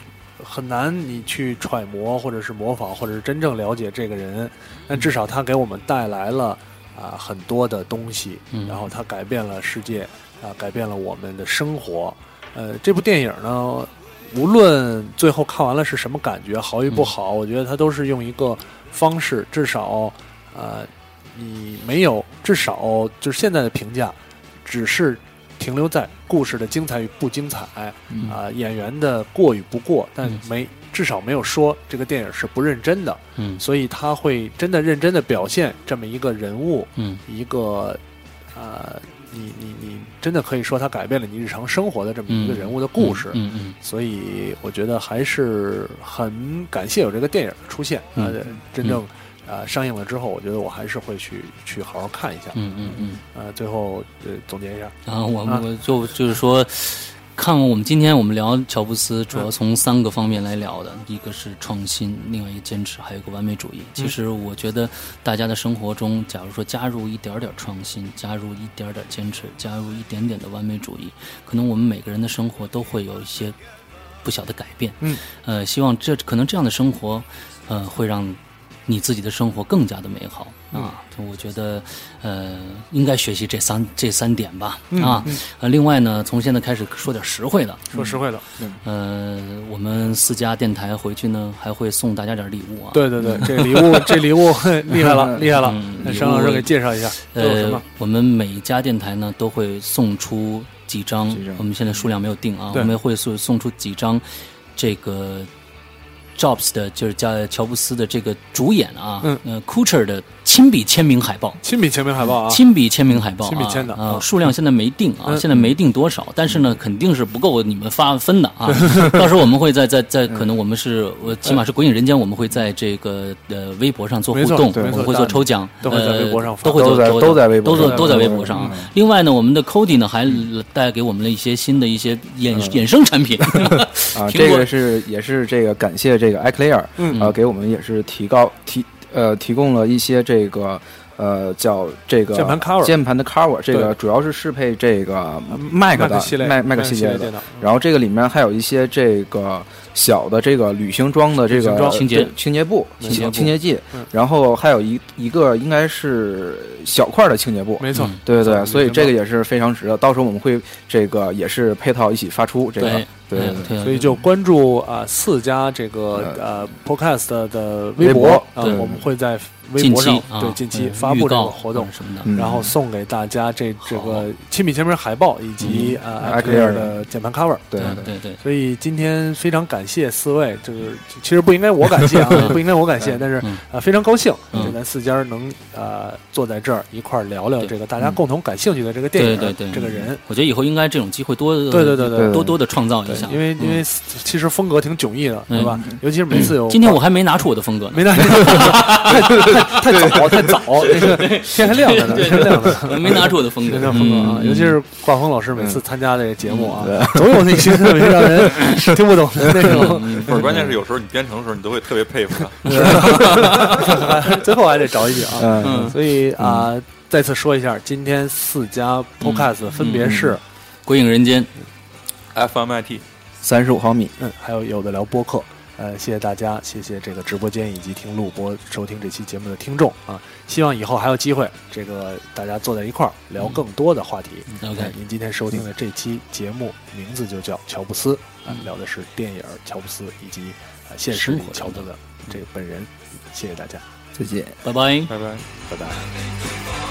Speaker 8: 很难你去揣摩或者是模仿或者是真正了解这个人，但至少他给我们带来了。啊、很多的东西，
Speaker 2: 嗯
Speaker 8: 然后它改变了世界，啊、改变了我们的生活。呃，这部电影呢，无论最后看完了是什么感觉，好与不好，
Speaker 2: 嗯
Speaker 8: 我觉得它都是用一个方式，至少，呃，你没有，至少就是现在的评价，只是停留在故事的精彩与不精彩，啊、
Speaker 2: 嗯
Speaker 8: 演员的过与不过，但
Speaker 2: 嗯
Speaker 8: 没至少没有说这个电影是不认真的，
Speaker 2: 嗯
Speaker 8: 所以他会真的认真的表现这么一个人物，
Speaker 2: 嗯，
Speaker 8: 一个呃，你你你真的可以说他改变了你日常生活的这么一个人物的故事，
Speaker 2: 嗯嗯嗯
Speaker 8: 所以我觉得还是很感谢有这个电影的出现，
Speaker 2: 嗯
Speaker 8: 呃，真正呃上映了之后，我觉得我还是会去去好好看一下，
Speaker 2: 嗯嗯嗯，
Speaker 8: 呃，最后呃总结一下，
Speaker 2: 啊，我我就就是说，看我们今天我们聊乔布斯，主要从三个方面来聊的，一个是创新，另外一个坚持，还有一个完美主义。其实我觉得大家的生活中，假如说加入一点点创新，加入一点点坚持，加入一点点的完美主义，可能我们每个人的生活都会有一些不小的改变。
Speaker 8: 嗯，
Speaker 2: 呃，希望这可能这样的生活，呃，会让你自己的生活更加的美好
Speaker 13: 嗯
Speaker 2: 啊。就我觉得，呃，应该学习这三这三点吧
Speaker 8: 嗯
Speaker 2: 啊
Speaker 8: 嗯。
Speaker 2: 呃，另外呢，从现在开始说点实惠的，
Speaker 8: 说实惠的，
Speaker 2: 呃，我们四家电台回去呢，还会送大家点礼物啊。
Speaker 8: 对对对这礼物这
Speaker 2: [laughs]
Speaker 8: 礼物厉害了厉害了那
Speaker 2: 嗯礼
Speaker 8: 商老师
Speaker 2: 物
Speaker 8: 给介绍一下都有什
Speaker 2: 呃
Speaker 8: 么，
Speaker 2: 我们每一家电台呢都会送出几张，我们现在数量没有定啊，
Speaker 8: 对
Speaker 2: 我们会送送出几张这个 Jobs 的，就是加乔布斯的这个主演啊，
Speaker 8: 嗯
Speaker 2: 呃 Kucher 的亲笔签名海报，
Speaker 8: 亲笔签名海报啊，
Speaker 2: 亲笔签名海报啊，
Speaker 8: 亲笔签的
Speaker 2: 啊，数量现在没定啊，
Speaker 8: 嗯
Speaker 2: 现在没定多少，但是呢，肯定是不够你们发分的
Speaker 8: [laughs]
Speaker 2: 啊。到时候我们会在在
Speaker 8: 嗯
Speaker 2: 在，可能我们是我起码是《鬼影人间》，我们会在这个呃微博上做互
Speaker 8: 没错
Speaker 2: 动，
Speaker 8: 对
Speaker 2: 我
Speaker 8: 没
Speaker 2: 们
Speaker 8: 错
Speaker 2: 会做抽奖，
Speaker 8: 都会在微博上
Speaker 2: 呃
Speaker 8: 发
Speaker 2: 都会做
Speaker 11: 都在
Speaker 2: 做
Speaker 11: 都在微博
Speaker 2: 都做
Speaker 11: 上
Speaker 2: 都
Speaker 8: 嗯
Speaker 2: 在微博上啊。另外呢，我们的 Cody 呢还带给我们了一些新的一些
Speaker 8: 嗯
Speaker 2: 衍衍生产
Speaker 8: [laughs]
Speaker 2: 品
Speaker 11: 啊，
Speaker 2: 苹
Speaker 11: 这
Speaker 2: 果
Speaker 11: 个是也是这个感谢这个埃克雷尔，
Speaker 2: 嗯
Speaker 11: 啊，给我们也是提高提呃提供了一些这个呃叫这个
Speaker 8: 键盘 cover
Speaker 11: 键盘的 cover，这个
Speaker 8: 对嗯
Speaker 11: 主要是适配这个
Speaker 2: 呃
Speaker 8: 麦
Speaker 11: Mac
Speaker 8: 克
Speaker 11: 的
Speaker 8: 系列
Speaker 11: Mac
Speaker 8: 麦克
Speaker 11: Mac 系
Speaker 8: 系列
Speaker 11: 列
Speaker 8: 电
Speaker 11: 的
Speaker 8: 脑，
Speaker 2: 嗯
Speaker 11: 然后这个里面还有一些这个小的这个旅行装的这
Speaker 8: 旅行
Speaker 11: 个
Speaker 8: 装清洁
Speaker 11: 对清洁布
Speaker 8: 清洁布
Speaker 11: 清洁剂
Speaker 8: 嗯，
Speaker 11: 然后还有一一个应该是小块的清洁布，
Speaker 8: 没错
Speaker 11: 嗯对对
Speaker 8: 小
Speaker 11: 对，
Speaker 8: 的
Speaker 11: 所以
Speaker 8: 旅行装
Speaker 11: 这个也是非常值的，到时候我们会这个也是配套一起发出这个，
Speaker 8: 啊
Speaker 11: 对
Speaker 2: 嗯
Speaker 8: 嗯
Speaker 11: 对
Speaker 2: 啊
Speaker 11: 对，
Speaker 8: 所以就关注啊四家这个呃 Podcast 的微博
Speaker 11: 微博
Speaker 8: 啊，
Speaker 11: 对
Speaker 8: 我们会在微博上
Speaker 2: 近期啊
Speaker 8: 对近期
Speaker 2: 嗯
Speaker 8: 发布这
Speaker 2: 预
Speaker 8: 个
Speaker 2: 告嗯
Speaker 8: 活动
Speaker 2: 什么的
Speaker 8: 然后送给大家这这个亲笔签名海报以及
Speaker 11: 嗯
Speaker 8: 呃
Speaker 11: 埃
Speaker 8: 埃
Speaker 11: 克
Speaker 8: 克
Speaker 11: 雷
Speaker 8: 雷
Speaker 11: 尔
Speaker 8: 尔
Speaker 11: 的
Speaker 8: 的键盘 cover，
Speaker 11: 对对
Speaker 2: 嗯对对。
Speaker 8: 所以今天非常感谢四位，就是其实不应该我感谢啊，
Speaker 2: 嗯
Speaker 8: 不应该我感谢，但是呃非常高兴，就咱四家能呃坐在这儿一块儿聊聊这个大家共同感兴趣的这个电
Speaker 2: 对
Speaker 8: 影，
Speaker 2: 嗯对对，
Speaker 8: 这个人。，
Speaker 2: 我觉得以后应该这种机会多
Speaker 8: 对对对对
Speaker 2: 多多的创造一下，
Speaker 8: 因为因为其实风格挺迥异的，对吧？尤其是每次有
Speaker 2: 嗯今天我还没拿出我的风格呢，
Speaker 8: 没拿出太太太早太早，那个 [laughs] 天还亮着呢，
Speaker 2: 对
Speaker 8: 天
Speaker 2: 对
Speaker 8: 还亮着
Speaker 2: 对
Speaker 8: 呢，
Speaker 2: 没拿出我的风格
Speaker 8: 没拿出风格啊！
Speaker 2: 嗯
Speaker 8: 尤其是挂风老师每次参加这个节目啊， [laughs] 总有那些特别让人听不懂的那种。
Speaker 10: 不是，关键是有时候你编程的时候，你都会特别佩 [laughs] 服他。
Speaker 8: 最后 [laughs] 还得找一笔啊。
Speaker 11: 呃
Speaker 10: 嗯
Speaker 8: 所以啊、再次说一下，今天四家 podcast 分别是、
Speaker 2: 嗯鬼影人间》
Speaker 10: ，FMIT，
Speaker 11: 三十五毫米，
Speaker 8: 嗯，还有有的聊播客。呃，谢谢大家，谢谢这个直播间以及听录播收听这期节目的听众啊！希望以后还有机会，这个大家坐在一块儿聊更多的话题。
Speaker 2: 嗯，OK
Speaker 8: 呃您今天收听的这期节目名字就叫《乔布斯》，啊、聊的是电影《乔布斯》以及、呃、现实里
Speaker 2: 嗯生活嗯
Speaker 8: 乔布斯的这个本人。谢谢大家，
Speaker 11: 再见，
Speaker 2: 拜拜，
Speaker 10: 拜拜，
Speaker 8: 拜拜。